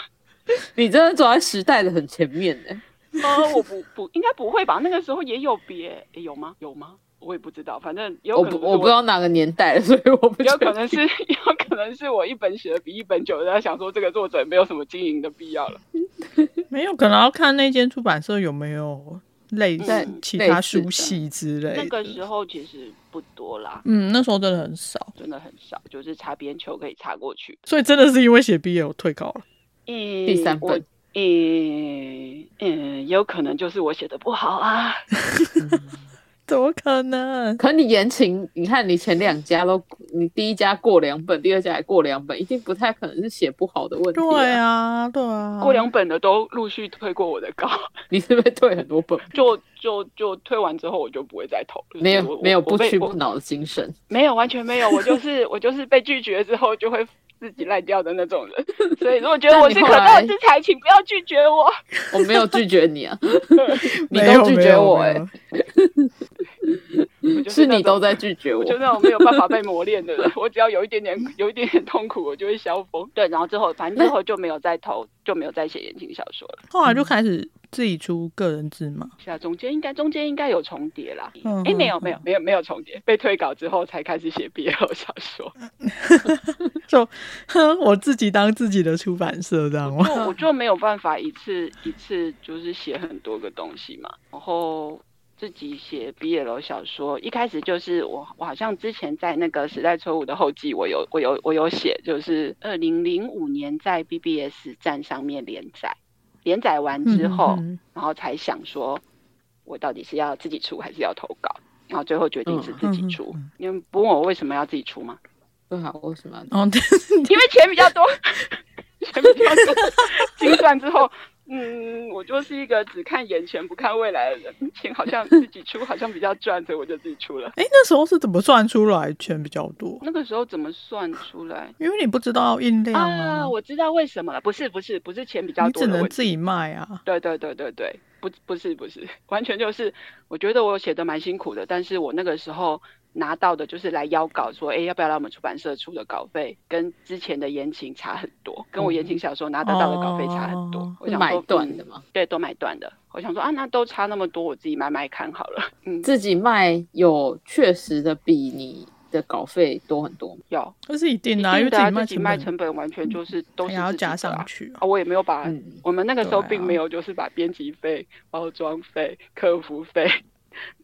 [SPEAKER 2] 你真的走在时代的很前面呢、
[SPEAKER 3] 呃，我不不，应该不会吧？那个时候也有别诶有吗？有吗？我也不知道，反正有
[SPEAKER 2] 我
[SPEAKER 3] 可能
[SPEAKER 2] 不
[SPEAKER 3] 是
[SPEAKER 2] 我不知道哪个年代了，所以我不
[SPEAKER 3] 有可
[SPEAKER 2] 确
[SPEAKER 3] 能
[SPEAKER 2] 定
[SPEAKER 3] 是 有可能是我一本写的比一本久，然后想说这个作者也没有什么经营的必要了。
[SPEAKER 1] 没有，可能要看那间出版社有没有类
[SPEAKER 3] 在
[SPEAKER 1] 似其
[SPEAKER 2] 类
[SPEAKER 1] 他
[SPEAKER 2] 似
[SPEAKER 1] 书
[SPEAKER 2] 的
[SPEAKER 1] 系之
[SPEAKER 3] 那
[SPEAKER 1] 嗯类
[SPEAKER 3] 个
[SPEAKER 1] 的。
[SPEAKER 3] 时候其实不多啦，
[SPEAKER 1] 嗯，那时候真的很少，
[SPEAKER 3] 真的很少，就是擦边球可以擦过去。
[SPEAKER 1] 所以真的是因为写毕业我退稿了。
[SPEAKER 3] 嗯，
[SPEAKER 2] 第三
[SPEAKER 3] 我
[SPEAKER 2] 本。
[SPEAKER 3] 嗯嗯，有可能就是我写的不好啊。
[SPEAKER 1] 怎么可啊能？
[SPEAKER 2] 可你言情，你看你前两家都，你第一家过两本，第二家也过两本，一定不太可能是写不好的问题、
[SPEAKER 1] 对
[SPEAKER 2] 啊，
[SPEAKER 1] 啊，对啊，
[SPEAKER 3] 过两本的都陆续退过我的稿，
[SPEAKER 2] 你是不是退很多本？
[SPEAKER 3] 就就就退完之后我就不会再投，就是
[SPEAKER 2] 没
[SPEAKER 3] 我
[SPEAKER 2] 有没有
[SPEAKER 3] 我
[SPEAKER 2] 不
[SPEAKER 3] 被
[SPEAKER 2] 屈
[SPEAKER 3] 我
[SPEAKER 2] 不挠的精神，
[SPEAKER 3] 没有完全没有，我就是 我就是被拒绝之后就会自己烂掉的那种人，所以如果觉 得
[SPEAKER 2] 那
[SPEAKER 3] 我
[SPEAKER 2] 你
[SPEAKER 3] 是
[SPEAKER 2] 后
[SPEAKER 3] 可造
[SPEAKER 2] 来
[SPEAKER 3] 之才，请不要拒绝 我。
[SPEAKER 2] 我没有拒绝你啊，你
[SPEAKER 1] 没有
[SPEAKER 2] 都拒
[SPEAKER 1] 没
[SPEAKER 2] 绝
[SPEAKER 1] 有
[SPEAKER 2] 我
[SPEAKER 1] 没
[SPEAKER 2] 哎、
[SPEAKER 1] 有
[SPEAKER 3] 欸我就是那
[SPEAKER 2] 嗯你
[SPEAKER 3] 种
[SPEAKER 2] 都在拒绝我
[SPEAKER 3] 我，就那种没有办法被磨练的人，我只要有一点点有一点点痛苦，我就会消风。对，然后之后反正之后就没有再投，就没有再写言情小说了。
[SPEAKER 1] 后来就开始自己出个人字嘛。
[SPEAKER 3] 是啊，中间应该中间应该有重叠啦。
[SPEAKER 1] 嗯
[SPEAKER 3] 哎、没有
[SPEAKER 1] 嗯
[SPEAKER 3] 没有没有没有重叠，被退稿之后才开始写 BL 小说。
[SPEAKER 1] 嗯就哼， 我自己当自己的出版社这样吗？
[SPEAKER 3] 就我就没有办法一次一次就是写很多个东西嘛，然后自己写 BL 小说，一开始就是我我好像之前在那个时代错误的后记，我有我有我有写，就是二零零五年在 BBS 站上面连载，连载完 之后，
[SPEAKER 1] 嗯
[SPEAKER 3] 然后才想说，我到底是要自己出还是要投稿，然后最后决定是自己出。
[SPEAKER 1] 嗯
[SPEAKER 3] 你们不问我为什么要自己出吗？
[SPEAKER 2] 对啊，我为什么要？
[SPEAKER 1] 哦，对，
[SPEAKER 3] 因为钱比较多，钱比较多，精算之后，嗯，我就是一个只看眼前不看未来的人，钱好像自己出好像比较赚，所以我就自己出了。
[SPEAKER 1] 哎，那时候是怎么算出来钱比较多？
[SPEAKER 3] 那个时候怎么算出来？
[SPEAKER 1] 因为你不知道印量
[SPEAKER 3] 啊，我知道为什么了，不是不是不是钱比较
[SPEAKER 1] 你
[SPEAKER 3] 多
[SPEAKER 1] 只
[SPEAKER 3] 的
[SPEAKER 1] 能
[SPEAKER 3] 问
[SPEAKER 1] 自
[SPEAKER 3] 题，
[SPEAKER 1] 己卖啊。
[SPEAKER 3] 对对对对对，不不是不是，完全就是我觉得我写的蛮辛苦的，但是我那个时候拿到的就是来邀稿说，哎，要不要来我们出版社出的稿费，跟之前的言情差很多，跟我言情小说拿得到的稿费差很多，
[SPEAKER 1] 嗯哦
[SPEAKER 3] 我
[SPEAKER 2] 是
[SPEAKER 3] 想
[SPEAKER 2] 买
[SPEAKER 3] 说
[SPEAKER 2] 断
[SPEAKER 3] 嗯
[SPEAKER 2] 的嘛，
[SPEAKER 3] 对，都买断的。我想说啊，那都差那么多，我自己买买看好了。嗯，
[SPEAKER 2] 自己卖有确实的比你的稿费多很多吗，
[SPEAKER 3] 有，
[SPEAKER 1] 那是一定的啊，因
[SPEAKER 3] 一定
[SPEAKER 1] 为
[SPEAKER 3] 的啊、
[SPEAKER 1] 卖
[SPEAKER 3] 自己
[SPEAKER 1] 成
[SPEAKER 3] 卖
[SPEAKER 1] 本
[SPEAKER 3] 成本完全就是都是
[SPEAKER 1] 也要
[SPEAKER 3] 自己
[SPEAKER 1] 加
[SPEAKER 3] 的
[SPEAKER 1] 上
[SPEAKER 3] 啊
[SPEAKER 1] 去啊。
[SPEAKER 3] 啊，我也没有把、
[SPEAKER 2] 嗯，
[SPEAKER 3] 我们那个时候
[SPEAKER 1] 对啊
[SPEAKER 3] 并没有就是把编辑费、包装费、客服费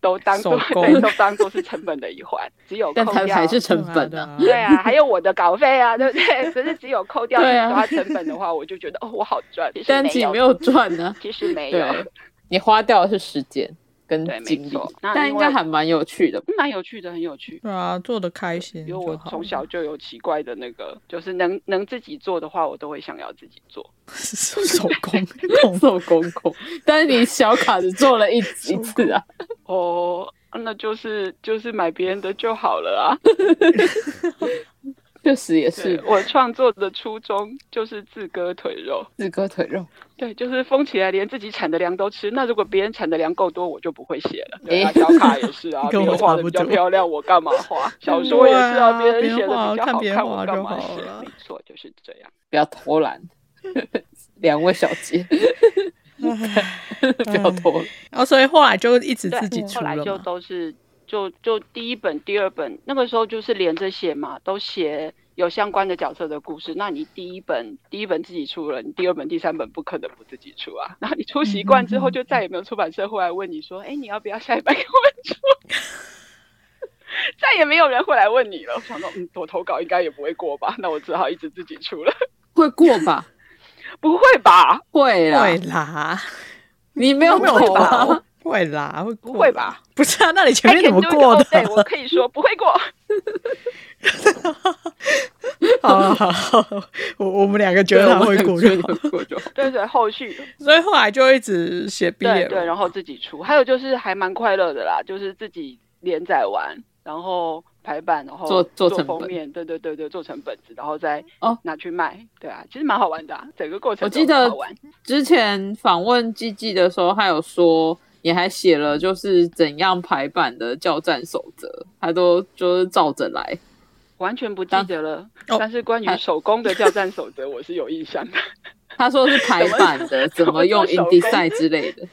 [SPEAKER 3] 都当做
[SPEAKER 1] 手工
[SPEAKER 3] 对都当做是成本的一环，只有
[SPEAKER 2] 但
[SPEAKER 3] 扣
[SPEAKER 2] 它
[SPEAKER 3] 掉
[SPEAKER 2] 才是成
[SPEAKER 1] 对啊
[SPEAKER 2] 本
[SPEAKER 1] 对
[SPEAKER 2] 啊，
[SPEAKER 1] 啊
[SPEAKER 3] 对啊，还有我的稿费啊，对不对？ 可是只有扣掉
[SPEAKER 2] 对啊
[SPEAKER 3] 其他成本的话，我就觉得哦，我好赚。其实
[SPEAKER 2] 但其实
[SPEAKER 3] 没
[SPEAKER 2] 没有赚呢、啊
[SPEAKER 3] 其实没有。嗯
[SPEAKER 2] 对，你花掉的是时间，跟
[SPEAKER 3] 对，没
[SPEAKER 2] 经历，
[SPEAKER 3] 错。那
[SPEAKER 2] 但
[SPEAKER 3] 因
[SPEAKER 2] 应
[SPEAKER 3] 为
[SPEAKER 2] 该还蛮有趣的吧。
[SPEAKER 3] 蛮有趣的，很有趣。
[SPEAKER 1] 对啊，做的开心
[SPEAKER 3] 因为
[SPEAKER 1] 就
[SPEAKER 3] 我
[SPEAKER 1] 好
[SPEAKER 3] 从小就有奇怪的那个，就是能能自己做的话，我都会想要自己做。
[SPEAKER 1] 是手工 工
[SPEAKER 2] 做公公， 但是你小卡只做了一一次 啊，
[SPEAKER 3] 哦，那就是就是买别人的就好了啊。
[SPEAKER 2] 确实也
[SPEAKER 3] 对
[SPEAKER 2] 是
[SPEAKER 3] 我创作的初衷就是自割腿肉，
[SPEAKER 2] 自割腿肉。
[SPEAKER 3] 对，就是封起来连自己产的粮都吃。那如果别人产的粮够多，我就不会写了。对啊，
[SPEAKER 2] 诶
[SPEAKER 3] 小卡也是啊，
[SPEAKER 1] 跟
[SPEAKER 3] 别
[SPEAKER 1] 我
[SPEAKER 3] 人画的比
[SPEAKER 1] 差
[SPEAKER 3] 较
[SPEAKER 1] 不多
[SPEAKER 3] 漂亮，我干嘛画？小说也是啊，别
[SPEAKER 1] 对啊
[SPEAKER 3] 人写的
[SPEAKER 1] 别人画
[SPEAKER 3] 比较好
[SPEAKER 1] 看别人
[SPEAKER 3] 我
[SPEAKER 1] 画
[SPEAKER 3] 干
[SPEAKER 1] 就
[SPEAKER 3] 嘛
[SPEAKER 1] 好
[SPEAKER 3] 写？
[SPEAKER 1] 了
[SPEAKER 3] 没错，就是这样。
[SPEAKER 2] 不要偷懒， 两位小 姐 不要偷懒。
[SPEAKER 3] 嗯
[SPEAKER 1] 然后哎哦所以后来就一直
[SPEAKER 3] 对，
[SPEAKER 1] 自己
[SPEAKER 3] 嗯
[SPEAKER 1] 出
[SPEAKER 3] 后来
[SPEAKER 1] 了
[SPEAKER 3] 就
[SPEAKER 1] 嘛
[SPEAKER 3] 都是就就第一本、第二本，那个时候就是连着写嘛，都写有相关的角色的故事。那你第一本第一本自己出了，你第二本、第三本不可能不自己出啊。 然后你出习惯之
[SPEAKER 1] 嗯
[SPEAKER 3] 后，
[SPEAKER 1] 嗯嗯
[SPEAKER 3] 就再也没有出版社会来问你说：“哎、你要不要下一版给我们出？” 再也没有人会来问你了。我想说，嗯，我投稿应该也不会过吧？那我只好一直自己出了。
[SPEAKER 2] 会过吧？
[SPEAKER 3] 不会吧？
[SPEAKER 2] 会啦，
[SPEAKER 1] 会啦，
[SPEAKER 2] 你没有
[SPEAKER 3] 没有
[SPEAKER 2] 口
[SPEAKER 3] 吧
[SPEAKER 2] 啊？
[SPEAKER 1] 会啦，会
[SPEAKER 3] 不
[SPEAKER 1] 不
[SPEAKER 3] 会？吧？
[SPEAKER 1] 不是啊，那你前
[SPEAKER 3] I
[SPEAKER 1] 面怎
[SPEAKER 3] can
[SPEAKER 1] 么
[SPEAKER 3] do it
[SPEAKER 1] 过
[SPEAKER 3] all 哦 day，我
[SPEAKER 1] 的？
[SPEAKER 3] 可以说不会过。
[SPEAKER 1] 好啊好啊好啊，我我们两个觉得他会过就
[SPEAKER 2] 对我也
[SPEAKER 1] 好
[SPEAKER 2] 觉，得过就好。
[SPEAKER 3] 对对，后续
[SPEAKER 1] 所以后来就一直写毕
[SPEAKER 3] 对
[SPEAKER 1] 业
[SPEAKER 3] 对，然后自己出，还有就是还蛮快乐的啦，就是自己连载完，然后排版，然后
[SPEAKER 2] 做做成
[SPEAKER 3] 封
[SPEAKER 2] 本
[SPEAKER 3] 面，对对对对，做成本子，然后再
[SPEAKER 2] 哦
[SPEAKER 3] 拿去卖，对啊，其实蛮好玩的、啊，整个过程
[SPEAKER 2] 我
[SPEAKER 3] 都
[SPEAKER 2] 记
[SPEAKER 3] 很
[SPEAKER 2] 得
[SPEAKER 3] 好玩。
[SPEAKER 2] 之前访问季季的时候，他有说。你还写了就是怎样排版的教战守则，他都就是照着来。
[SPEAKER 3] 完全不记
[SPEAKER 2] 当
[SPEAKER 3] 得了，
[SPEAKER 1] 哦
[SPEAKER 3] 但是关于
[SPEAKER 2] 还
[SPEAKER 3] 手工的教战守则，我是有印象的。
[SPEAKER 2] 他说是排版的，怎么用
[SPEAKER 3] 怎么做手工
[SPEAKER 2] InDesign 之类 的。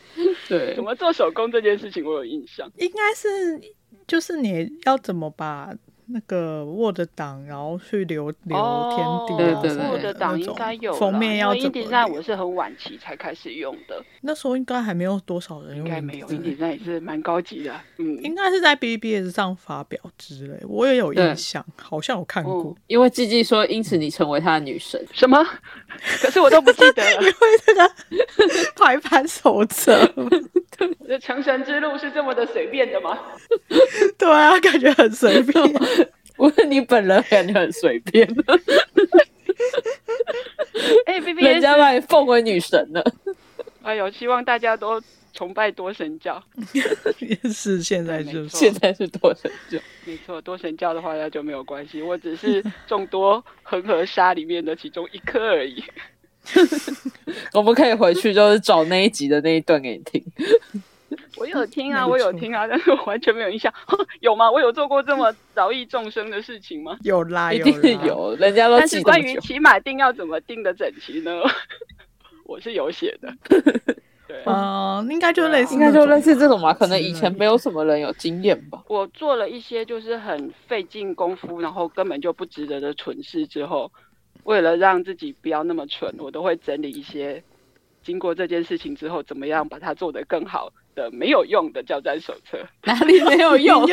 [SPEAKER 2] 对
[SPEAKER 3] 怎，么做手工这件事情，我有印象。
[SPEAKER 1] 应该是就是你要怎么把那个 Word 档，然后去留留天地啊
[SPEAKER 2] 哦对对
[SPEAKER 1] 什
[SPEAKER 2] 对
[SPEAKER 1] 么
[SPEAKER 3] 我的档
[SPEAKER 1] 那
[SPEAKER 3] 应
[SPEAKER 1] 种
[SPEAKER 3] 该有啦
[SPEAKER 1] 封面要
[SPEAKER 3] 因为
[SPEAKER 1] 怎
[SPEAKER 3] InDesign
[SPEAKER 1] 么
[SPEAKER 3] 我
[SPEAKER 1] 留？
[SPEAKER 3] 是很晚期才开始用的，
[SPEAKER 1] 那时候应该还没有多少人用
[SPEAKER 3] 应该没有
[SPEAKER 1] InDesign
[SPEAKER 3] InDesign 也是蛮高级的，嗯，
[SPEAKER 1] 嗯应该是在 BBS 上发表之类，我也有
[SPEAKER 2] 对
[SPEAKER 1] 印象，好像有看过
[SPEAKER 3] 嗯。
[SPEAKER 2] 因为季季说，因此你成为他的女神。
[SPEAKER 3] 什么？可是我都不记得了
[SPEAKER 1] 因。 为这个排版手册，
[SPEAKER 3] 这成神之路是这么的随便的吗？
[SPEAKER 1] 对啊，感觉很随便。
[SPEAKER 2] 我你本人感觉很随便，
[SPEAKER 3] 哎，B B
[SPEAKER 2] 人
[SPEAKER 3] S，
[SPEAKER 2] 家把你奉为女神 了。
[SPEAKER 3] 哎呦，希望大家都崇拜多神教。
[SPEAKER 1] 也是现在
[SPEAKER 3] 对
[SPEAKER 1] 就
[SPEAKER 3] 没
[SPEAKER 1] 是
[SPEAKER 3] 错
[SPEAKER 2] 现在是多神教，
[SPEAKER 3] 没错，多神教的话那就没有关系，我只是众多恒河沙里面的其中一颗而已。
[SPEAKER 2] 我们可以回去就是找那一集的那一段给你听。
[SPEAKER 3] 我有听
[SPEAKER 1] 没
[SPEAKER 3] 啊，
[SPEAKER 1] 错
[SPEAKER 3] 我有听啊，但 是我完全没有印象。 有吗？我有做过这么饶益众生的事情吗？
[SPEAKER 1] 有啦
[SPEAKER 2] 一
[SPEAKER 1] 有
[SPEAKER 2] 定是
[SPEAKER 1] 啦，
[SPEAKER 2] 有，人家都
[SPEAKER 3] 但
[SPEAKER 2] 记这
[SPEAKER 3] 是关
[SPEAKER 2] 么
[SPEAKER 3] 于
[SPEAKER 2] 久。
[SPEAKER 3] 骑马定要怎么定的整齐呢？ 我是有写 的。对啊。
[SPEAKER 1] 嗯，应该就类似
[SPEAKER 2] 应
[SPEAKER 1] 那
[SPEAKER 2] 该
[SPEAKER 1] 种，
[SPEAKER 2] 就类似这种吧，可能以前没有什么人有经验吧。
[SPEAKER 3] 我做了一些就是很费尽功夫，然后根本就不值得的蠢事之后，为了让自己不要那么蠢，我都会整理一些经过这件事情之后怎么样把它做得更好的没有用的教战手册，
[SPEAKER 2] 哪里没 有用？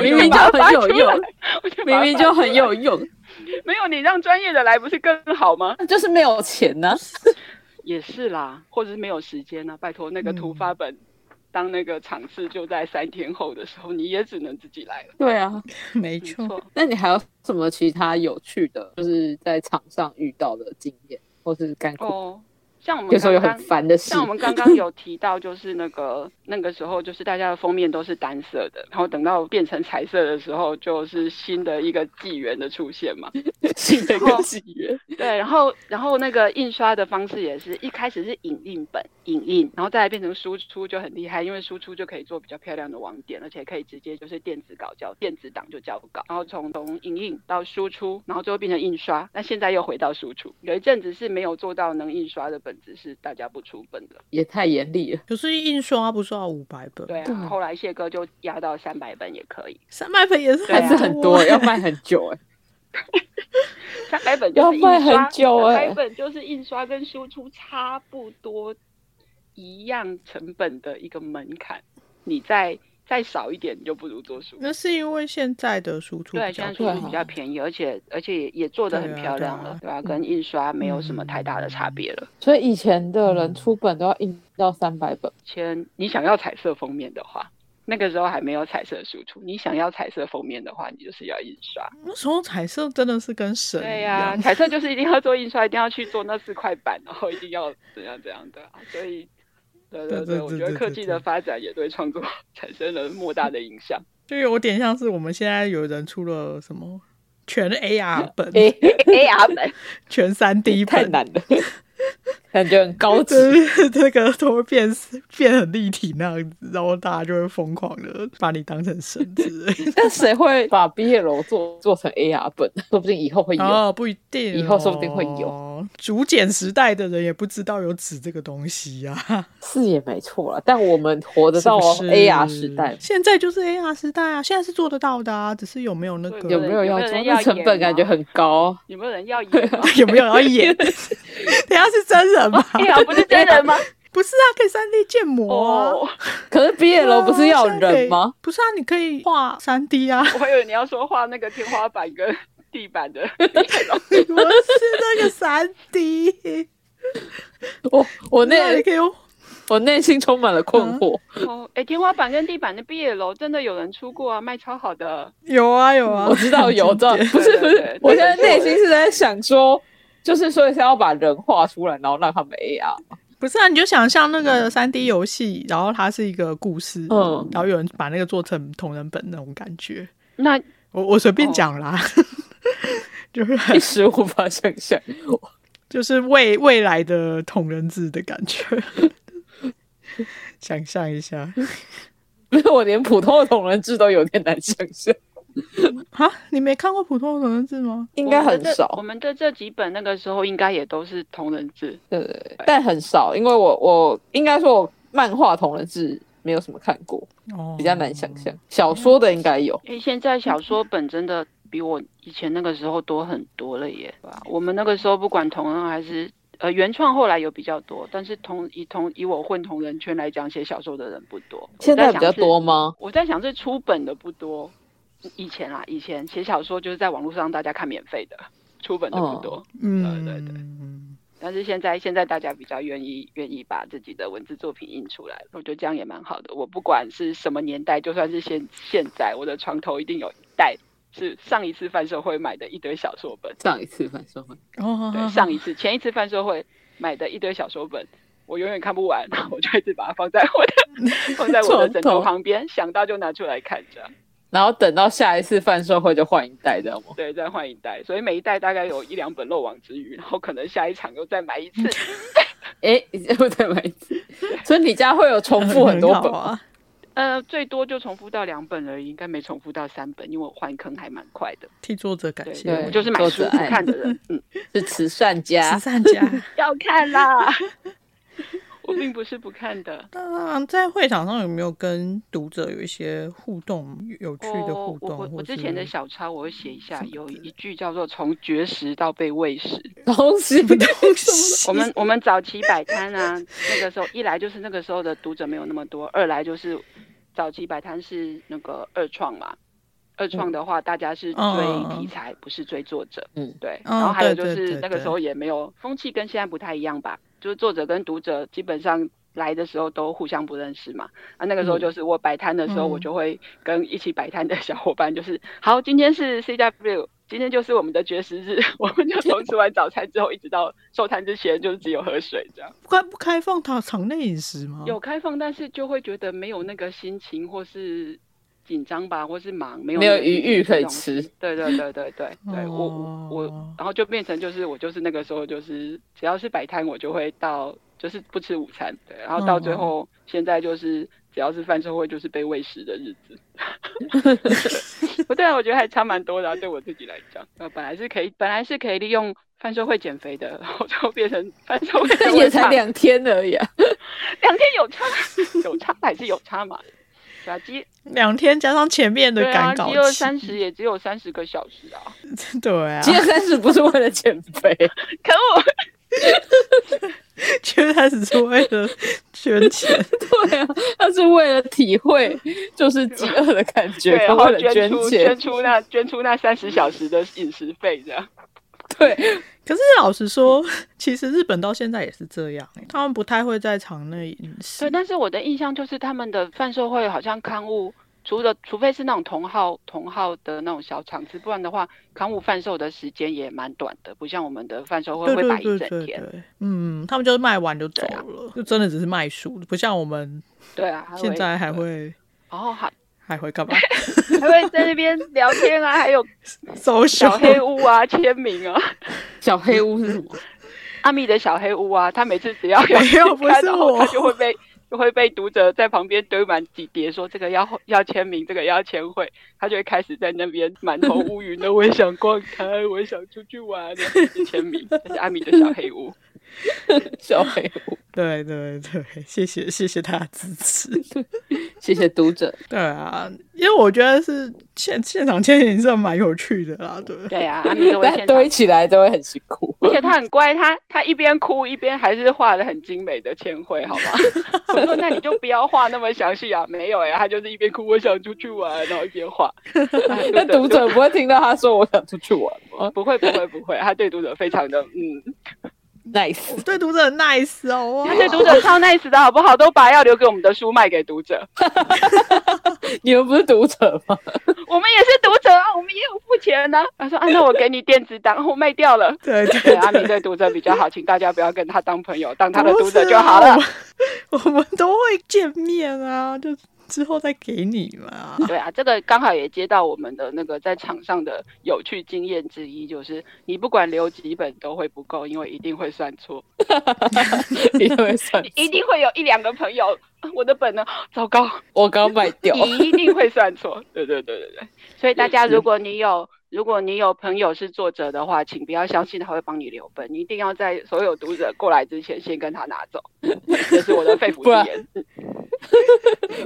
[SPEAKER 1] 明明就很有用
[SPEAKER 2] 明明就很有 用，
[SPEAKER 3] 我就把
[SPEAKER 2] 明
[SPEAKER 3] 它
[SPEAKER 2] 明就很有用，
[SPEAKER 3] 没有你让专业的来不是更好吗？
[SPEAKER 2] 就是没有钱呢、
[SPEAKER 3] 也是啦，或者是没有时间呢、拜托那个
[SPEAKER 2] 嗯
[SPEAKER 3] 突发本。当那个场次就在三天后的时候，你也只能自己来了。
[SPEAKER 2] 对啊，
[SPEAKER 1] 没
[SPEAKER 3] 没
[SPEAKER 1] 错。
[SPEAKER 3] 错，
[SPEAKER 2] 那你还有什么其他有趣的，就是在场上遇到的经验，或是干苦？
[SPEAKER 3] 哦，像我们
[SPEAKER 2] 有时候有
[SPEAKER 3] 刚
[SPEAKER 2] 很
[SPEAKER 3] 刚
[SPEAKER 2] 烦的事
[SPEAKER 3] 像，我们刚刚有提到，就是那个那个时候，就是大家的封面都是单色的，然后等到变成彩色的时候，就是新的一个纪元的出现嘛。
[SPEAKER 2] 新的一
[SPEAKER 3] 哦
[SPEAKER 2] 个纪元。
[SPEAKER 3] 对，然后然后那个印刷的方式也是一开始是影印本影印，然后再来变成输出就很厉害，因为输出就可以做比较漂亮的网点，而且可以直接就是电子稿交电子档就交稿，然后从从影印到输出，然后最后变成印刷，那现在又回到输出。有一阵子是没有做到能印刷的本子是大家不出本的。
[SPEAKER 2] 也太严厉了。
[SPEAKER 1] 可是印刷不是要五百本，
[SPEAKER 3] 对啊，
[SPEAKER 2] 对
[SPEAKER 3] 后来谢哥就压到三百本也可以，
[SPEAKER 1] 三百本也是
[SPEAKER 3] 对啊
[SPEAKER 2] 还是很 多，
[SPEAKER 1] 欸
[SPEAKER 2] 要卖很久哎、
[SPEAKER 3] 三百本就是印
[SPEAKER 2] 要卖
[SPEAKER 3] 刷，
[SPEAKER 2] 很久
[SPEAKER 3] 三
[SPEAKER 2] 欸
[SPEAKER 3] 百本就是印刷跟输出差不多一样成本的一个门槛，你在再少一点，你就不如做书。
[SPEAKER 1] 那是因为现在的输出
[SPEAKER 3] 对，啊
[SPEAKER 1] 比较
[SPEAKER 3] 现在
[SPEAKER 2] 啊
[SPEAKER 3] 书
[SPEAKER 1] 多
[SPEAKER 3] 是比较便宜，而且而且也也做的很
[SPEAKER 1] 对啊
[SPEAKER 3] 漂亮
[SPEAKER 1] 对
[SPEAKER 3] 了
[SPEAKER 1] 啊，
[SPEAKER 3] 对吧、跟印刷没有什么太大的差别了。
[SPEAKER 2] 所以以前的人出本都要印到三百本，
[SPEAKER 3] 先，你想要彩色封面的话，那个时候还没有彩色输出，你想要彩色封面的话，你就是要印刷。
[SPEAKER 1] 那时候彩色真的是跟神一
[SPEAKER 3] 对啊呀、
[SPEAKER 1] 样，
[SPEAKER 3] 彩色就是一定要做印刷，一定要去做那四块板，然后一定要怎样怎样的啊、所以。对对
[SPEAKER 1] 对
[SPEAKER 3] 对，
[SPEAKER 1] 对
[SPEAKER 3] 我
[SPEAKER 1] 对
[SPEAKER 3] 觉得
[SPEAKER 1] 对
[SPEAKER 3] 科
[SPEAKER 1] 对
[SPEAKER 3] 技
[SPEAKER 1] 对
[SPEAKER 3] 的发展也对创作 产生了莫大的影 响。
[SPEAKER 1] 就有点像是我们现在有人出了什么全 AR 本、
[SPEAKER 2] 哎、
[SPEAKER 3] A R 本，
[SPEAKER 1] 全三 D
[SPEAKER 2] 太
[SPEAKER 1] 本，
[SPEAKER 2] 难了， 感觉很高 级。
[SPEAKER 1] 就是这个都会变变很立体那样子，然后大家就会疯狂的把你当成神之类的
[SPEAKER 2] 但谁会把毕业楼做做成 AR 本？ 说不定以后会有。
[SPEAKER 1] 哦，不一定哦、
[SPEAKER 2] 哎以后说不定会
[SPEAKER 1] 有竹简时代的人也不知道有纸这个东西呀、啊，
[SPEAKER 2] 是也没错啦，但我们活得
[SPEAKER 1] 是
[SPEAKER 2] 到
[SPEAKER 1] 不是
[SPEAKER 2] AR 哦时代，
[SPEAKER 1] 现在就是 AR 时代啊，现在是做得到的啊，只是有没有那个
[SPEAKER 3] 对
[SPEAKER 2] 有没有要
[SPEAKER 3] 有没有
[SPEAKER 2] 做？
[SPEAKER 3] 人要
[SPEAKER 2] 那成本感觉很高。
[SPEAKER 3] 有没有人要演 啊
[SPEAKER 1] 有没有要 演？等一下是真人吗？
[SPEAKER 2] 哎
[SPEAKER 3] ？A R 不是 真人吗？
[SPEAKER 1] 不是啊，可以三 D 建模啊。
[SPEAKER 3] 哦，
[SPEAKER 2] 可是毕业楼不是要
[SPEAKER 1] 对啊现在可
[SPEAKER 2] 人
[SPEAKER 1] 以
[SPEAKER 2] 吗？
[SPEAKER 1] 不是啊，你可以画三 D 啊，
[SPEAKER 3] 我还以为你要说画那个天花板跟地板 的
[SPEAKER 1] 不是那个三 D。
[SPEAKER 2] 我我
[SPEAKER 1] 那
[SPEAKER 2] 内
[SPEAKER 1] 你可以用
[SPEAKER 2] 我内心充满了困惑。
[SPEAKER 3] 哦，哎、天花板跟地板的毕业楼真的有人出过啊，卖超好的。
[SPEAKER 1] 有啊有啊，
[SPEAKER 2] 我知道有这
[SPEAKER 1] 很经典
[SPEAKER 2] 不是不
[SPEAKER 3] 对对
[SPEAKER 2] 是
[SPEAKER 3] 对，
[SPEAKER 2] 我现在内心是在想说，就是所以是要把人画出来，然后让他们 AR。
[SPEAKER 1] 不是啊，你就想象那个三 D 游戏，然后它是一个故事，
[SPEAKER 2] 嗯
[SPEAKER 1] 然后有人把那个做成同人本那种感觉。
[SPEAKER 3] 那
[SPEAKER 1] 我我随
[SPEAKER 2] 哦
[SPEAKER 1] 便讲啦， 就是
[SPEAKER 2] 一
[SPEAKER 1] 很
[SPEAKER 2] 时无法想象，
[SPEAKER 1] 就是未未来的同人志的感觉。 想象一下
[SPEAKER 2] 不是我连普通的同人志都有点难想象，
[SPEAKER 1] 啊，你没看过普通的同人志吗？
[SPEAKER 2] 应该很
[SPEAKER 3] 我
[SPEAKER 2] 少，
[SPEAKER 3] 们的这我们的这几本那个时候应该也都是同人志。
[SPEAKER 2] 对对对，但很少，因为我我应该说我漫画同人志没有什么看过，
[SPEAKER 1] 哦，
[SPEAKER 2] 比较难想象，小说的应该有，
[SPEAKER 3] 哎、现在小说本真的比我以前那个时候多很多了耶。对吧我们那个时候不管同人还是呃原创，后来有比较多，但是同以同以我混同人圈来讲，写小说的人不多。
[SPEAKER 2] 现在比
[SPEAKER 3] 我想
[SPEAKER 2] 较
[SPEAKER 3] 是
[SPEAKER 2] 多吗？
[SPEAKER 3] 我在想，这出本的不多，以前啦，以前写小说就是在网络上大家看免费的，出本的
[SPEAKER 2] 哦
[SPEAKER 3] 不多。
[SPEAKER 1] 嗯，
[SPEAKER 3] 对对
[SPEAKER 1] 对。
[SPEAKER 3] 但是现在，现在大家比较愿意愿意把自己的文字作品印出来，我觉得这样也蛮好的。我不管是什么年代，就算是现现在，我的床头一定有一袋是上一次贩售会买的一堆小说本，
[SPEAKER 2] 上一次反社会，
[SPEAKER 1] 哦，
[SPEAKER 3] 对，上一次前一次贩售会买的一堆小说本。我永远看不完， 然后我就一直把它放在我的放在我的枕头旁边，想到就拿出来看，这样。
[SPEAKER 2] 然后等到下一次贩售会就换一代，知道吗？
[SPEAKER 3] 对，再换一代，所以每一代大概有一两本漏网之鱼，然后可能下一场又再买一次。
[SPEAKER 2] 哎， 我再买一次，所以你家会有重复很多
[SPEAKER 1] 好
[SPEAKER 2] 本吗，
[SPEAKER 1] 啊。
[SPEAKER 3] 呃，最多就重复到两本而已，应该没重复到三本，因为我换坑还蛮快的。
[SPEAKER 1] 替作者感
[SPEAKER 3] 对，
[SPEAKER 1] 谢，
[SPEAKER 2] 对
[SPEAKER 3] 我就是买
[SPEAKER 2] 作
[SPEAKER 3] 书
[SPEAKER 2] 者
[SPEAKER 3] 不
[SPEAKER 2] 爱
[SPEAKER 3] 看 的人，嗯，
[SPEAKER 2] 是慈善家
[SPEAKER 1] 慈，善家。
[SPEAKER 3] 要看 啦。我并不是不看的。
[SPEAKER 1] 那在会场上有没有跟读者有一些互动，有趣的
[SPEAKER 3] 哦
[SPEAKER 1] 互，
[SPEAKER 3] 我
[SPEAKER 1] 动？
[SPEAKER 3] 我我
[SPEAKER 1] 或
[SPEAKER 3] 之
[SPEAKER 1] 是
[SPEAKER 3] 前的小抄，我会写一下，
[SPEAKER 1] 什么
[SPEAKER 3] 有
[SPEAKER 1] 之类
[SPEAKER 3] 一句叫做“从绝食到被喂食”，
[SPEAKER 2] 东西
[SPEAKER 1] 什么东西？
[SPEAKER 3] 我 们我们早期摆摊啊，那个时候一来就是那个时候的读者没有那么多，二来就是早期摆摊是那个二创嘛，二创的话大家是追题材，不是追作者，
[SPEAKER 2] 嗯
[SPEAKER 3] 对。
[SPEAKER 1] 嗯
[SPEAKER 3] 然后还有就
[SPEAKER 1] 对对
[SPEAKER 3] 是
[SPEAKER 1] 对
[SPEAKER 3] 那个时候也没有风气跟现在不太一样吧，就是作者跟读者基本上。来的时候都互相不认识嘛，啊，那个时候
[SPEAKER 2] 嗯
[SPEAKER 3] 就是我摆摊的时候，
[SPEAKER 1] 嗯
[SPEAKER 3] 我就会跟一起摆摊的小伙伴，就是好，今天是 CW，今天就是我们的绝食日，我们就从吃完早餐之后一直到收摊之前，就是只有喝水这样。
[SPEAKER 1] 不开不开放场场内饮食吗？
[SPEAKER 3] 有开放，但是就会觉得没有那个心情，或是紧张吧，或是忙，没有
[SPEAKER 2] 没有
[SPEAKER 3] 那个心
[SPEAKER 2] 余
[SPEAKER 3] 情
[SPEAKER 2] 裕可以
[SPEAKER 3] 这种。
[SPEAKER 2] 吃，
[SPEAKER 3] 对对对对对对，我我我
[SPEAKER 1] 哦，
[SPEAKER 3] 然后就变成就是我就是那个时候就是只要是摆摊，我就会到就是不吃午餐，对，然后到最
[SPEAKER 1] 嗯嗯
[SPEAKER 3] 后现在就是只要是饭社会就是被喂食的日子。 不对啊，我觉得还差蛮多的啊、对我自己来讲，呃，本来是可以，本来是可以利用贩售会减肥的，然后就变成贩售会 的
[SPEAKER 2] 但
[SPEAKER 3] 会
[SPEAKER 2] 也才
[SPEAKER 3] 胖
[SPEAKER 2] 两天而已啊。
[SPEAKER 3] 两天有差，有差还是有差嘛？对啊，饥
[SPEAKER 1] 两天加上前面的
[SPEAKER 3] 对啊，
[SPEAKER 1] 赶稿
[SPEAKER 3] 饥饿
[SPEAKER 1] 期，
[SPEAKER 3] 三十也只有三十个小时啊！
[SPEAKER 1] 对啊
[SPEAKER 2] 饥，饿三十不是为了减肥，
[SPEAKER 3] 可恶，
[SPEAKER 1] 觉得他只是为了捐钱，
[SPEAKER 2] 对啊，他是为了体会就是饥饿的感觉，
[SPEAKER 3] 对，然
[SPEAKER 2] 为
[SPEAKER 3] 后
[SPEAKER 2] 了
[SPEAKER 3] 捐出
[SPEAKER 2] 钱
[SPEAKER 3] 捐。出那捐出那三十小时的饮食费这样。
[SPEAKER 2] 对，
[SPEAKER 1] 可是老实说，其实日本到现在也是这样、欸他们不太会在场内饮
[SPEAKER 3] 对，
[SPEAKER 1] 食。
[SPEAKER 3] 但是我的印象就是他们的贩售会好像刊物，除了除非是那种同号同号的那种小场子，不然的话，刊物贩售的时间也蛮短的，不像我们的贩售会
[SPEAKER 1] 对
[SPEAKER 3] 会
[SPEAKER 1] 对
[SPEAKER 3] 摆
[SPEAKER 1] 对
[SPEAKER 3] 一
[SPEAKER 1] 对
[SPEAKER 3] 整
[SPEAKER 1] 对
[SPEAKER 3] 天。，
[SPEAKER 1] 嗯，他们就是卖完就走
[SPEAKER 3] 对啊
[SPEAKER 1] 了，就真的只是卖书，不像我们
[SPEAKER 3] 对啊，还
[SPEAKER 1] 现在还
[SPEAKER 3] 对，
[SPEAKER 1] 会
[SPEAKER 3] 然后还
[SPEAKER 1] 还会 干嘛？
[SPEAKER 3] 还会在那边聊天啊， 还有
[SPEAKER 1] 搜
[SPEAKER 3] 小
[SPEAKER 1] 小
[SPEAKER 3] 黑屋啊，签名啊，
[SPEAKER 2] 小黑屋是什么？
[SPEAKER 3] 阿米的小黑屋啊，他每次只 要有
[SPEAKER 1] 没有不
[SPEAKER 3] 看
[SPEAKER 1] 是
[SPEAKER 3] 到他
[SPEAKER 1] 我
[SPEAKER 3] 就会被。 就会被读者在旁边堆满几叠，说这个要要签名，这个要签会，他就会开始在那边满头乌云的，我也想逛摊，我也想出去玩，然后就签名。这是阿米的小黑屋，
[SPEAKER 2] 小黑屋。
[SPEAKER 1] 对对对，谢谢谢谢大家支持。
[SPEAKER 2] 谢谢读者。
[SPEAKER 1] 对啊，因为我觉得是现现场签名是蛮有趣的啦，对。
[SPEAKER 3] 对 啊，阿米都会
[SPEAKER 2] 大家
[SPEAKER 3] 现场
[SPEAKER 2] 堆起来都会很辛苦。
[SPEAKER 3] 而且他很乖，他他一边哭一边还是画的很精美的千绘，好吗？ 我说那你就不要画那么详细啊，没有哎、他就是一边哭我想出去玩，然后一边 画。哎
[SPEAKER 2] 那
[SPEAKER 3] 那
[SPEAKER 2] 读者不会听到他说我想出去玩吗
[SPEAKER 3] 不会不会不会，他对读者非常的嗯，
[SPEAKER 2] ？Nice，
[SPEAKER 1] 我对读者很 nice 哦，哇
[SPEAKER 3] 他对读者超 nice 的好不好？都把要留给我们的书卖给读者，
[SPEAKER 2] 你们不是读者吗？
[SPEAKER 3] 我们也是读者啊，我们也有付钱呢、他说啊，那我给你电子档，我卖掉了。
[SPEAKER 1] 对对
[SPEAKER 3] 对，阿米
[SPEAKER 1] 对，
[SPEAKER 3] 对读者比较好，请大家不要跟他当朋友，当他的
[SPEAKER 1] 不
[SPEAKER 3] 读者
[SPEAKER 1] 是
[SPEAKER 3] 就
[SPEAKER 1] 啊
[SPEAKER 3] 好了。
[SPEAKER 1] 我们都会见面啊，就之后再给你嘛。
[SPEAKER 3] 对啊，这个刚好也接到我们的那个在场上的有趣经验之一，就是你不管留几本都会不够，因为一定会算错，
[SPEAKER 2] 你会 算错，
[SPEAKER 3] 一定会有一两个朋友，啊我的本呢，糟糕，
[SPEAKER 2] 我刚卖掉。
[SPEAKER 3] 一定会算错。对对对对对，所以大家如果你有如果你有朋友是作者的话，请不要相信他会帮你留本，你一定要在所有读者过来之前先跟他拿走，这是我的肺 腑
[SPEAKER 2] 不然
[SPEAKER 3] 之言。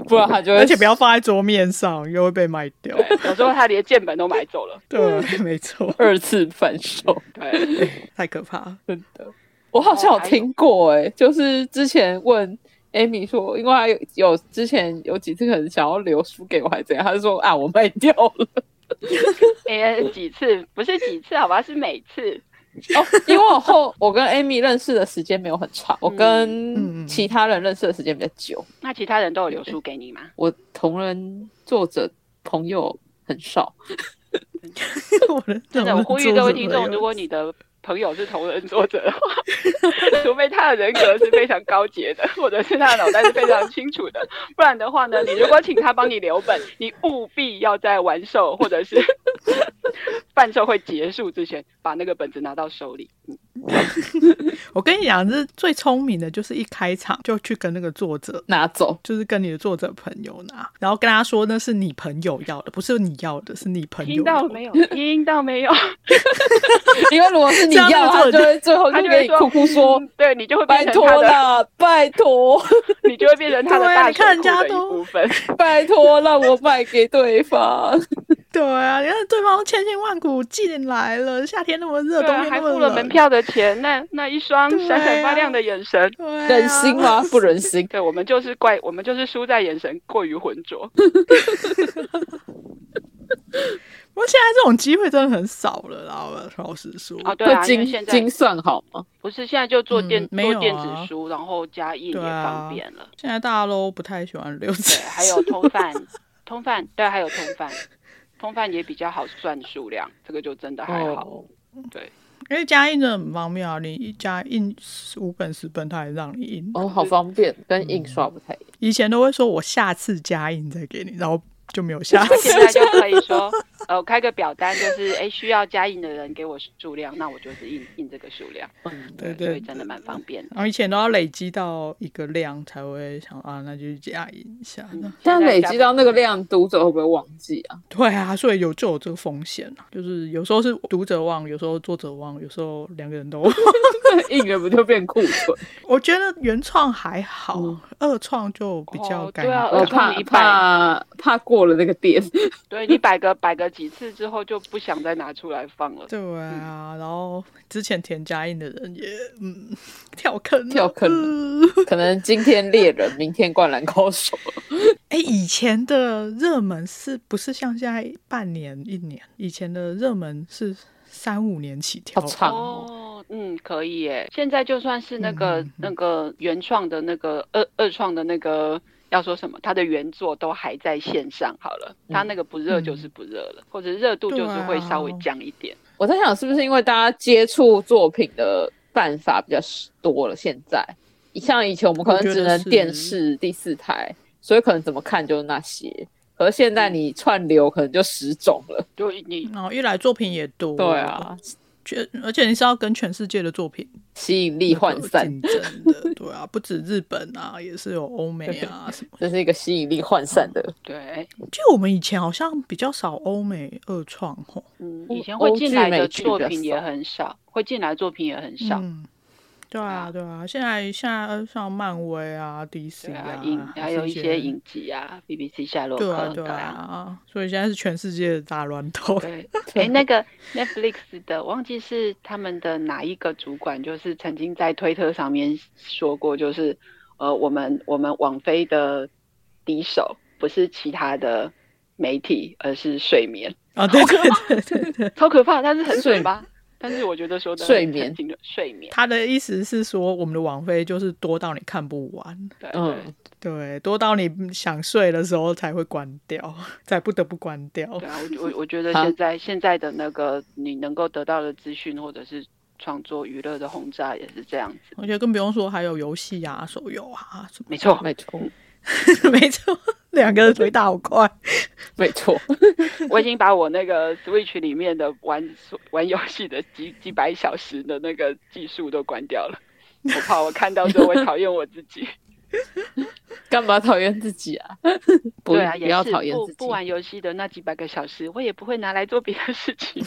[SPEAKER 2] 不然他
[SPEAKER 3] 呃
[SPEAKER 2] 就会，
[SPEAKER 1] 而且不要放在桌面上，又会被卖掉。
[SPEAKER 3] 对有时候他连建本都买走了，
[SPEAKER 1] 对，
[SPEAKER 3] 嗯
[SPEAKER 1] 没错，
[SPEAKER 2] 二次反手，
[SPEAKER 3] 对。
[SPEAKER 1] 太可怕 了。
[SPEAKER 2] 真的。我好像有听过、欸，就是之前问 Amy 说，因为他有有之前有几次可能想要留书给我，还是怎样，他就说啊，我卖掉了。
[SPEAKER 3] 哎，几次不是几次，好吧，是每次。
[SPEAKER 2] 哦，因为我后我跟 Amy 认识的时间没有很长，我
[SPEAKER 1] 嗯
[SPEAKER 2] 跟
[SPEAKER 1] 嗯
[SPEAKER 2] 其他人认识的时间比较久，
[SPEAKER 3] 那其他人都有留书给你吗？
[SPEAKER 2] 我同人作者朋友很少。
[SPEAKER 1] 我的
[SPEAKER 3] 真的，我呼吁各位听众，如
[SPEAKER 1] 果
[SPEAKER 3] 果你的朋友是同人作者的话， 除非他的人格是非常高洁的，或者是他的脑袋是非常清楚的，不然的话呢，你如果请他帮你留本，你务必要在完售或者是 贩售会结束之前，把那个本子拿到手里。
[SPEAKER 1] 我跟你讲，这最聪明的就是一开场就去跟那个作者。
[SPEAKER 2] 拿走，
[SPEAKER 1] 就是跟你的作者朋友拿，然后跟他说那是你朋友要的，不是你要的，是你朋友
[SPEAKER 3] 听到
[SPEAKER 1] 要的
[SPEAKER 3] 没有？听到没有？
[SPEAKER 2] 因为如果是你
[SPEAKER 1] 这样
[SPEAKER 2] 要，
[SPEAKER 1] 那
[SPEAKER 2] 他
[SPEAKER 1] 个作
[SPEAKER 2] 就
[SPEAKER 1] 者
[SPEAKER 2] 会最后
[SPEAKER 3] 他
[SPEAKER 2] 就
[SPEAKER 3] 就
[SPEAKER 2] 给
[SPEAKER 3] 会
[SPEAKER 2] 你哭哭说
[SPEAKER 3] 嗯对你就会变
[SPEAKER 2] 拜
[SPEAKER 3] 成
[SPEAKER 2] 托
[SPEAKER 3] 他的，
[SPEAKER 2] 啦，拜托，
[SPEAKER 3] 你就会变成他的
[SPEAKER 1] 对啊
[SPEAKER 3] 大
[SPEAKER 1] 你看
[SPEAKER 3] 水
[SPEAKER 1] 人
[SPEAKER 3] 库
[SPEAKER 1] 家
[SPEAKER 3] 的一
[SPEAKER 1] 都
[SPEAKER 3] 部分。
[SPEAKER 2] 拜托，让我卖给对方。
[SPEAKER 1] 对啊，你看对方千辛万苦寄进来了，夏天那么热，
[SPEAKER 3] 对
[SPEAKER 1] 冬
[SPEAKER 3] 啊，
[SPEAKER 1] 天
[SPEAKER 3] 还
[SPEAKER 1] 那
[SPEAKER 3] 付
[SPEAKER 1] 么
[SPEAKER 3] 了
[SPEAKER 1] 冷，
[SPEAKER 3] 门票的钱，那那一双
[SPEAKER 1] 对
[SPEAKER 3] 闪闪发
[SPEAKER 1] 啊
[SPEAKER 3] 亮的眼神，
[SPEAKER 1] 对啊、
[SPEAKER 2] 忍心吗？不忍心。
[SPEAKER 3] 对我们就是怪，我们就是输在眼神过于浑 浊。
[SPEAKER 1] 不过现在这种机会真的很少了啦，我老实说。
[SPEAKER 3] 哦，对
[SPEAKER 2] 会
[SPEAKER 3] 啊，因为
[SPEAKER 2] 精
[SPEAKER 3] 现在
[SPEAKER 2] 精算好吗？
[SPEAKER 3] 不是现在就做电
[SPEAKER 1] 嗯没有
[SPEAKER 3] 做电
[SPEAKER 1] 啊
[SPEAKER 3] 子书，然后 加印也
[SPEAKER 1] 对啊
[SPEAKER 3] 方便了。
[SPEAKER 1] 现在大家都不太喜欢留字
[SPEAKER 3] 对，，还有通贩，通贩对，还有通贩，通贩也比较好算数量，这个就真的还好。
[SPEAKER 2] 哦，
[SPEAKER 3] 对，
[SPEAKER 1] 因为加印真的很方便啊，你一加印五本十本，他也让你印。
[SPEAKER 2] 哦，好方便，
[SPEAKER 3] 嗯
[SPEAKER 2] 跟印刷不太一样。
[SPEAKER 1] 以前都会说我下次加印再给你，然后就 没有下
[SPEAKER 3] 那
[SPEAKER 1] 次。
[SPEAKER 3] 现在就可以说，呃，我开个表单，就是哎需要加印的人给我数量，那我就是印印这个数量，
[SPEAKER 2] 嗯，
[SPEAKER 1] 对
[SPEAKER 3] 所
[SPEAKER 1] 对，
[SPEAKER 3] 以真的蛮方便的。
[SPEAKER 1] 然后以前都要累积到一个量才会想啊，那就加印一下。那
[SPEAKER 2] 现在累
[SPEAKER 3] 加
[SPEAKER 2] 积到那个量，读者会不会忘记啊？
[SPEAKER 1] 对啊，所以有就有这个风险啊，就是有时候是读者忘，有时候作者忘，有时候两个人都 忘。
[SPEAKER 2] 印了不就变库存？
[SPEAKER 1] 我觉得原创还好，
[SPEAKER 2] 嗯
[SPEAKER 1] 二创就比较
[SPEAKER 3] 哦
[SPEAKER 1] 尴
[SPEAKER 3] 对啊
[SPEAKER 1] 尬。
[SPEAKER 3] 二
[SPEAKER 2] 我
[SPEAKER 3] 创
[SPEAKER 2] 怕
[SPEAKER 3] 你一百
[SPEAKER 2] 怕怕过了那个点，
[SPEAKER 3] 对你摆个摆个几几次之后就不想再拿出来放了。
[SPEAKER 1] 对啊，然后之前田家印的人也嗯跳坑
[SPEAKER 2] 跳坑
[SPEAKER 1] 了。 呃
[SPEAKER 2] 可能今天猎人，明天灌篮高手。
[SPEAKER 1] 哎、以前的热门是不是像现在半年一年？以前的热门是三五年起跳
[SPEAKER 2] 好，长
[SPEAKER 3] 哦，嗯，可以耶。现在就算是那
[SPEAKER 1] 嗯
[SPEAKER 3] 个、
[SPEAKER 1] 嗯嗯
[SPEAKER 3] 那个原创的那个二二创的那个要说什么，它的原作都还在线上好了，它那个不热就是不热了，或者热度就是会稍
[SPEAKER 1] 嗯
[SPEAKER 3] 微
[SPEAKER 1] 对啊
[SPEAKER 3] 降一点。
[SPEAKER 2] 我在想，是不是因为大家接触作品的办法比较多了？现在像以前我们可能只能电视第四台，所以可能怎么看就是那些。可是现在你串流可能就十种了。
[SPEAKER 3] 就你
[SPEAKER 1] 然后一来作品也多，
[SPEAKER 2] 对，啊，
[SPEAKER 1] 觉而且你是要跟全世界的作品
[SPEAKER 2] 吸引力涣散，
[SPEAKER 1] 竞争的，对啊，不止日本啊，也是有欧美 啊什么。
[SPEAKER 2] 这是一个吸引力涣散的。
[SPEAKER 3] 对，
[SPEAKER 1] 就我们以前好像比较少欧美二创吼，
[SPEAKER 3] 嗯，
[SPEAKER 2] 欧
[SPEAKER 3] 以前会进来的作
[SPEAKER 2] 欧剧美剧
[SPEAKER 3] 品
[SPEAKER 2] 比较
[SPEAKER 3] 也
[SPEAKER 2] 少
[SPEAKER 3] 很少，会进来的作品也很少。
[SPEAKER 1] 嗯，对啊
[SPEAKER 3] 啊
[SPEAKER 1] 对啊，现在现在像漫威啊、
[SPEAKER 3] 对
[SPEAKER 1] DC
[SPEAKER 3] 啊，影还有一些影集啊，BBC 夏洛克，
[SPEAKER 1] 对啊对啊，所以现在是全世界的大乱斗，
[SPEAKER 3] 对， 哎、那个 Netflix 的忘记是他们的哪一个主管，就是曾经在推特上面说过，就是呃，我们我们网飞的敌手不是其他的媒体，而是睡眠，
[SPEAKER 1] 啊，对对 对对对，
[SPEAKER 3] 超可怕，但是很准吧？但是我觉得说的
[SPEAKER 2] 睡眠
[SPEAKER 3] 睡眠，
[SPEAKER 1] 他的意思是说，我们的网飞就是多到你看不完，
[SPEAKER 3] 对，
[SPEAKER 2] 嗯，
[SPEAKER 1] 对，多到你想睡的时候才会关掉， 才不得不关掉
[SPEAKER 3] 对。啊，我我我觉得
[SPEAKER 2] 好
[SPEAKER 3] 现在现在的那个你能够得到的资讯，或者是创作娱乐的轰炸，也是这样子，
[SPEAKER 1] 而且更不用说还有游戏啊、手游啊什
[SPEAKER 3] 没错。
[SPEAKER 2] 没错，
[SPEAKER 1] 么， 没错，两个人回答好快。
[SPEAKER 2] 没 错。
[SPEAKER 3] 我已经把我那个 Switch 里面的玩玩游戏的几几百小时的那个技术都关掉 了，我怕我看到之后会讨厌我自己。
[SPEAKER 2] 干嘛讨厌自己啊？ 不，
[SPEAKER 3] 对啊，
[SPEAKER 2] 不
[SPEAKER 3] 也
[SPEAKER 2] 要
[SPEAKER 3] 是
[SPEAKER 2] 讨厌
[SPEAKER 3] 不
[SPEAKER 2] 自己
[SPEAKER 3] 不。玩游戏的那几百个小时，我也不会拿来做别的事情。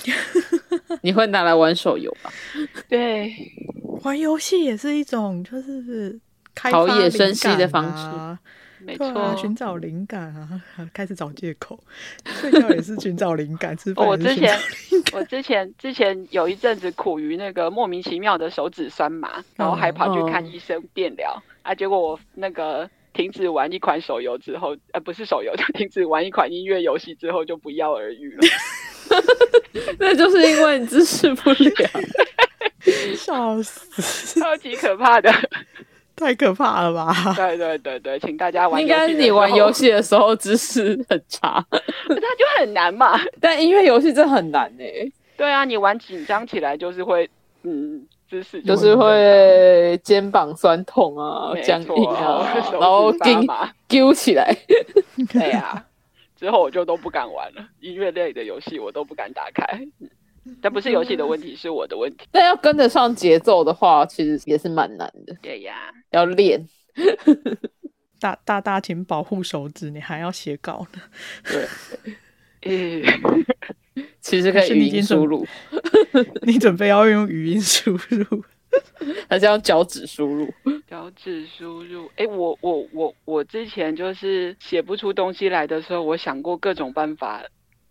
[SPEAKER 2] 你会拿来玩手游吧？
[SPEAKER 3] 对，
[SPEAKER 1] 玩游戏也是一种，就是开发
[SPEAKER 2] 陶冶
[SPEAKER 1] 灵
[SPEAKER 2] 身心的
[SPEAKER 1] 感
[SPEAKER 2] 方
[SPEAKER 1] 啊
[SPEAKER 3] 没
[SPEAKER 1] 对
[SPEAKER 3] 错。
[SPEAKER 1] 啊，寻找灵感啊，开始找借口，睡觉也是寻找灵感，吃饭
[SPEAKER 3] 哦我
[SPEAKER 1] 也是
[SPEAKER 3] 之
[SPEAKER 1] 寻找
[SPEAKER 3] 前， 我之前之前有一阵子苦于那个莫名其妙的手指酸麻，然后还
[SPEAKER 2] 嗯
[SPEAKER 3] 跑去看医生电疗、啊，结果我那个停止玩一款手游之后，呃，不是手游，就停止玩一款音乐游戏之后就不药而愈了。
[SPEAKER 2] 那就是因为你支持不 了。
[SPEAKER 1] 笑死，
[SPEAKER 3] 超级可 怕的。
[SPEAKER 1] 太可怕了吧？
[SPEAKER 3] 对对对对，请大家玩
[SPEAKER 2] 应
[SPEAKER 3] 游戏
[SPEAKER 2] 该
[SPEAKER 3] 的时
[SPEAKER 2] 是
[SPEAKER 3] 候。
[SPEAKER 2] 你玩游戏的时候知识很差，
[SPEAKER 3] 它就很难嘛。
[SPEAKER 2] 但音乐游戏真的很难哎、
[SPEAKER 3] 对啊，你玩紧张起来就是会，嗯，姿势
[SPEAKER 2] 就
[SPEAKER 3] 会
[SPEAKER 2] 是会肩膀酸痛啊、
[SPEAKER 3] 没
[SPEAKER 2] 僵
[SPEAKER 3] 错
[SPEAKER 2] 硬啊，
[SPEAKER 3] 手指
[SPEAKER 2] 然后
[SPEAKER 3] 发
[SPEAKER 2] 筋
[SPEAKER 3] 麻。
[SPEAKER 2] 揪起来。
[SPEAKER 3] 对啊，之后我就都不敢玩了，音乐类的游戏我都不敢打开。嗯但不是游戏的问题，是我的问题。
[SPEAKER 2] 但要跟得上节奏的话，其实也是蛮难的，
[SPEAKER 3] 对 呀，
[SPEAKER 2] 要练。
[SPEAKER 1] 大大大，请保护手指，你还要写稿呢。
[SPEAKER 2] 对，
[SPEAKER 3] 嗯，
[SPEAKER 2] 其实可以语音输入，
[SPEAKER 1] 你准备要用语音输入？
[SPEAKER 2] 还是要脚趾输入？
[SPEAKER 3] 脚趾输入。哎，我我我我之前就是写不出东西来的时候，我想过各种办法，